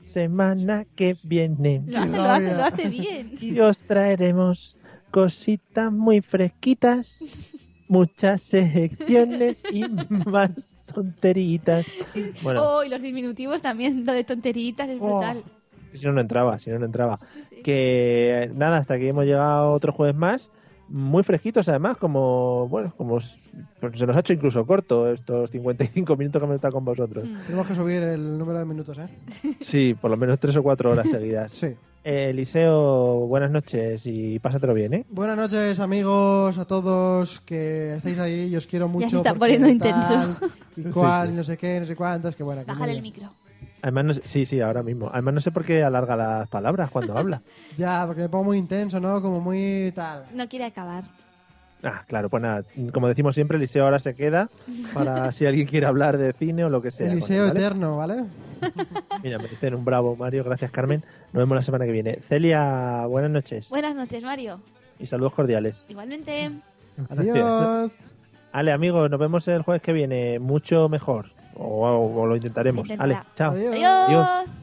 Speaker 1: semana que viene.
Speaker 4: Lo hace,
Speaker 3: Qué
Speaker 4: lo hace, lo
Speaker 3: rabia.
Speaker 4: hace bien.
Speaker 1: Y os traeremos cositas muy fresquitas, muchas secciones y [laughs] más tonteritas. Bueno,
Speaker 4: Oh, y los diminutivos también, lo de tonteritas, es
Speaker 3: Oh.
Speaker 4: brutal.
Speaker 1: si no, no entraba, si no, no entraba.
Speaker 4: Sí, sí.
Speaker 1: que eh, nada, hasta aquí hemos llegado otro jueves más, muy fresquitos además, como bueno, como s- pues se nos ha hecho incluso corto estos 55 minutos que hemos estado con vosotros.
Speaker 4: Mm.
Speaker 3: Tenemos que subir el número de minutos, ¿eh?
Speaker 1: Sí, por lo menos tres o cuatro horas
Speaker 4: [laughs]
Speaker 1: seguidas.
Speaker 3: Sí.
Speaker 1: Eh, Eliseo, buenas noches y pásatelo bien, ¿eh?
Speaker 3: Buenas noches, amigos, a todos que estáis ahí. Yo os quiero mucho.
Speaker 4: se está
Speaker 3: porque
Speaker 4: poniendo
Speaker 3: tal,
Speaker 4: intenso.
Speaker 3: Y
Speaker 1: Sí,
Speaker 3: cual,
Speaker 1: sí.
Speaker 3: y no sé qué, no sé cuántas, que bueno. que
Speaker 4: Bájale
Speaker 3: muy
Speaker 4: el
Speaker 3: bien.
Speaker 4: micro.
Speaker 1: Además, no sé- sí, sí, ahora mismo. Además, no sé por qué alarga las palabras cuando
Speaker 3: [laughs]
Speaker 1: habla.
Speaker 3: Ya, porque me pongo muy intenso, ¿no? Como muy tal.
Speaker 4: No quiere acabar.
Speaker 1: Ah, claro, pues nada, como decimos siempre, Eliseo ahora se queda
Speaker 3: [laughs]
Speaker 1: para si alguien quiere hablar de cine o lo que sea. con él,
Speaker 3: Eliseo
Speaker 1: ¿vale?
Speaker 3: eterno, ¿vale?
Speaker 1: Mira, me dicen un bravo, Mario. Gracias, Carmen. Nos vemos la semana que viene. Celia, buenas noches.
Speaker 4: Buenas noches, Mario.
Speaker 1: Y saludos cordiales.
Speaker 4: Igualmente.
Speaker 3: Adiós.
Speaker 1: Ale, amigos, nos vemos el jueves que viene. Mucho mejor. O, o- o lo intentaremos.
Speaker 4: Se intentará.
Speaker 1: Ale, chao.
Speaker 3: Adiós.
Speaker 4: Adiós.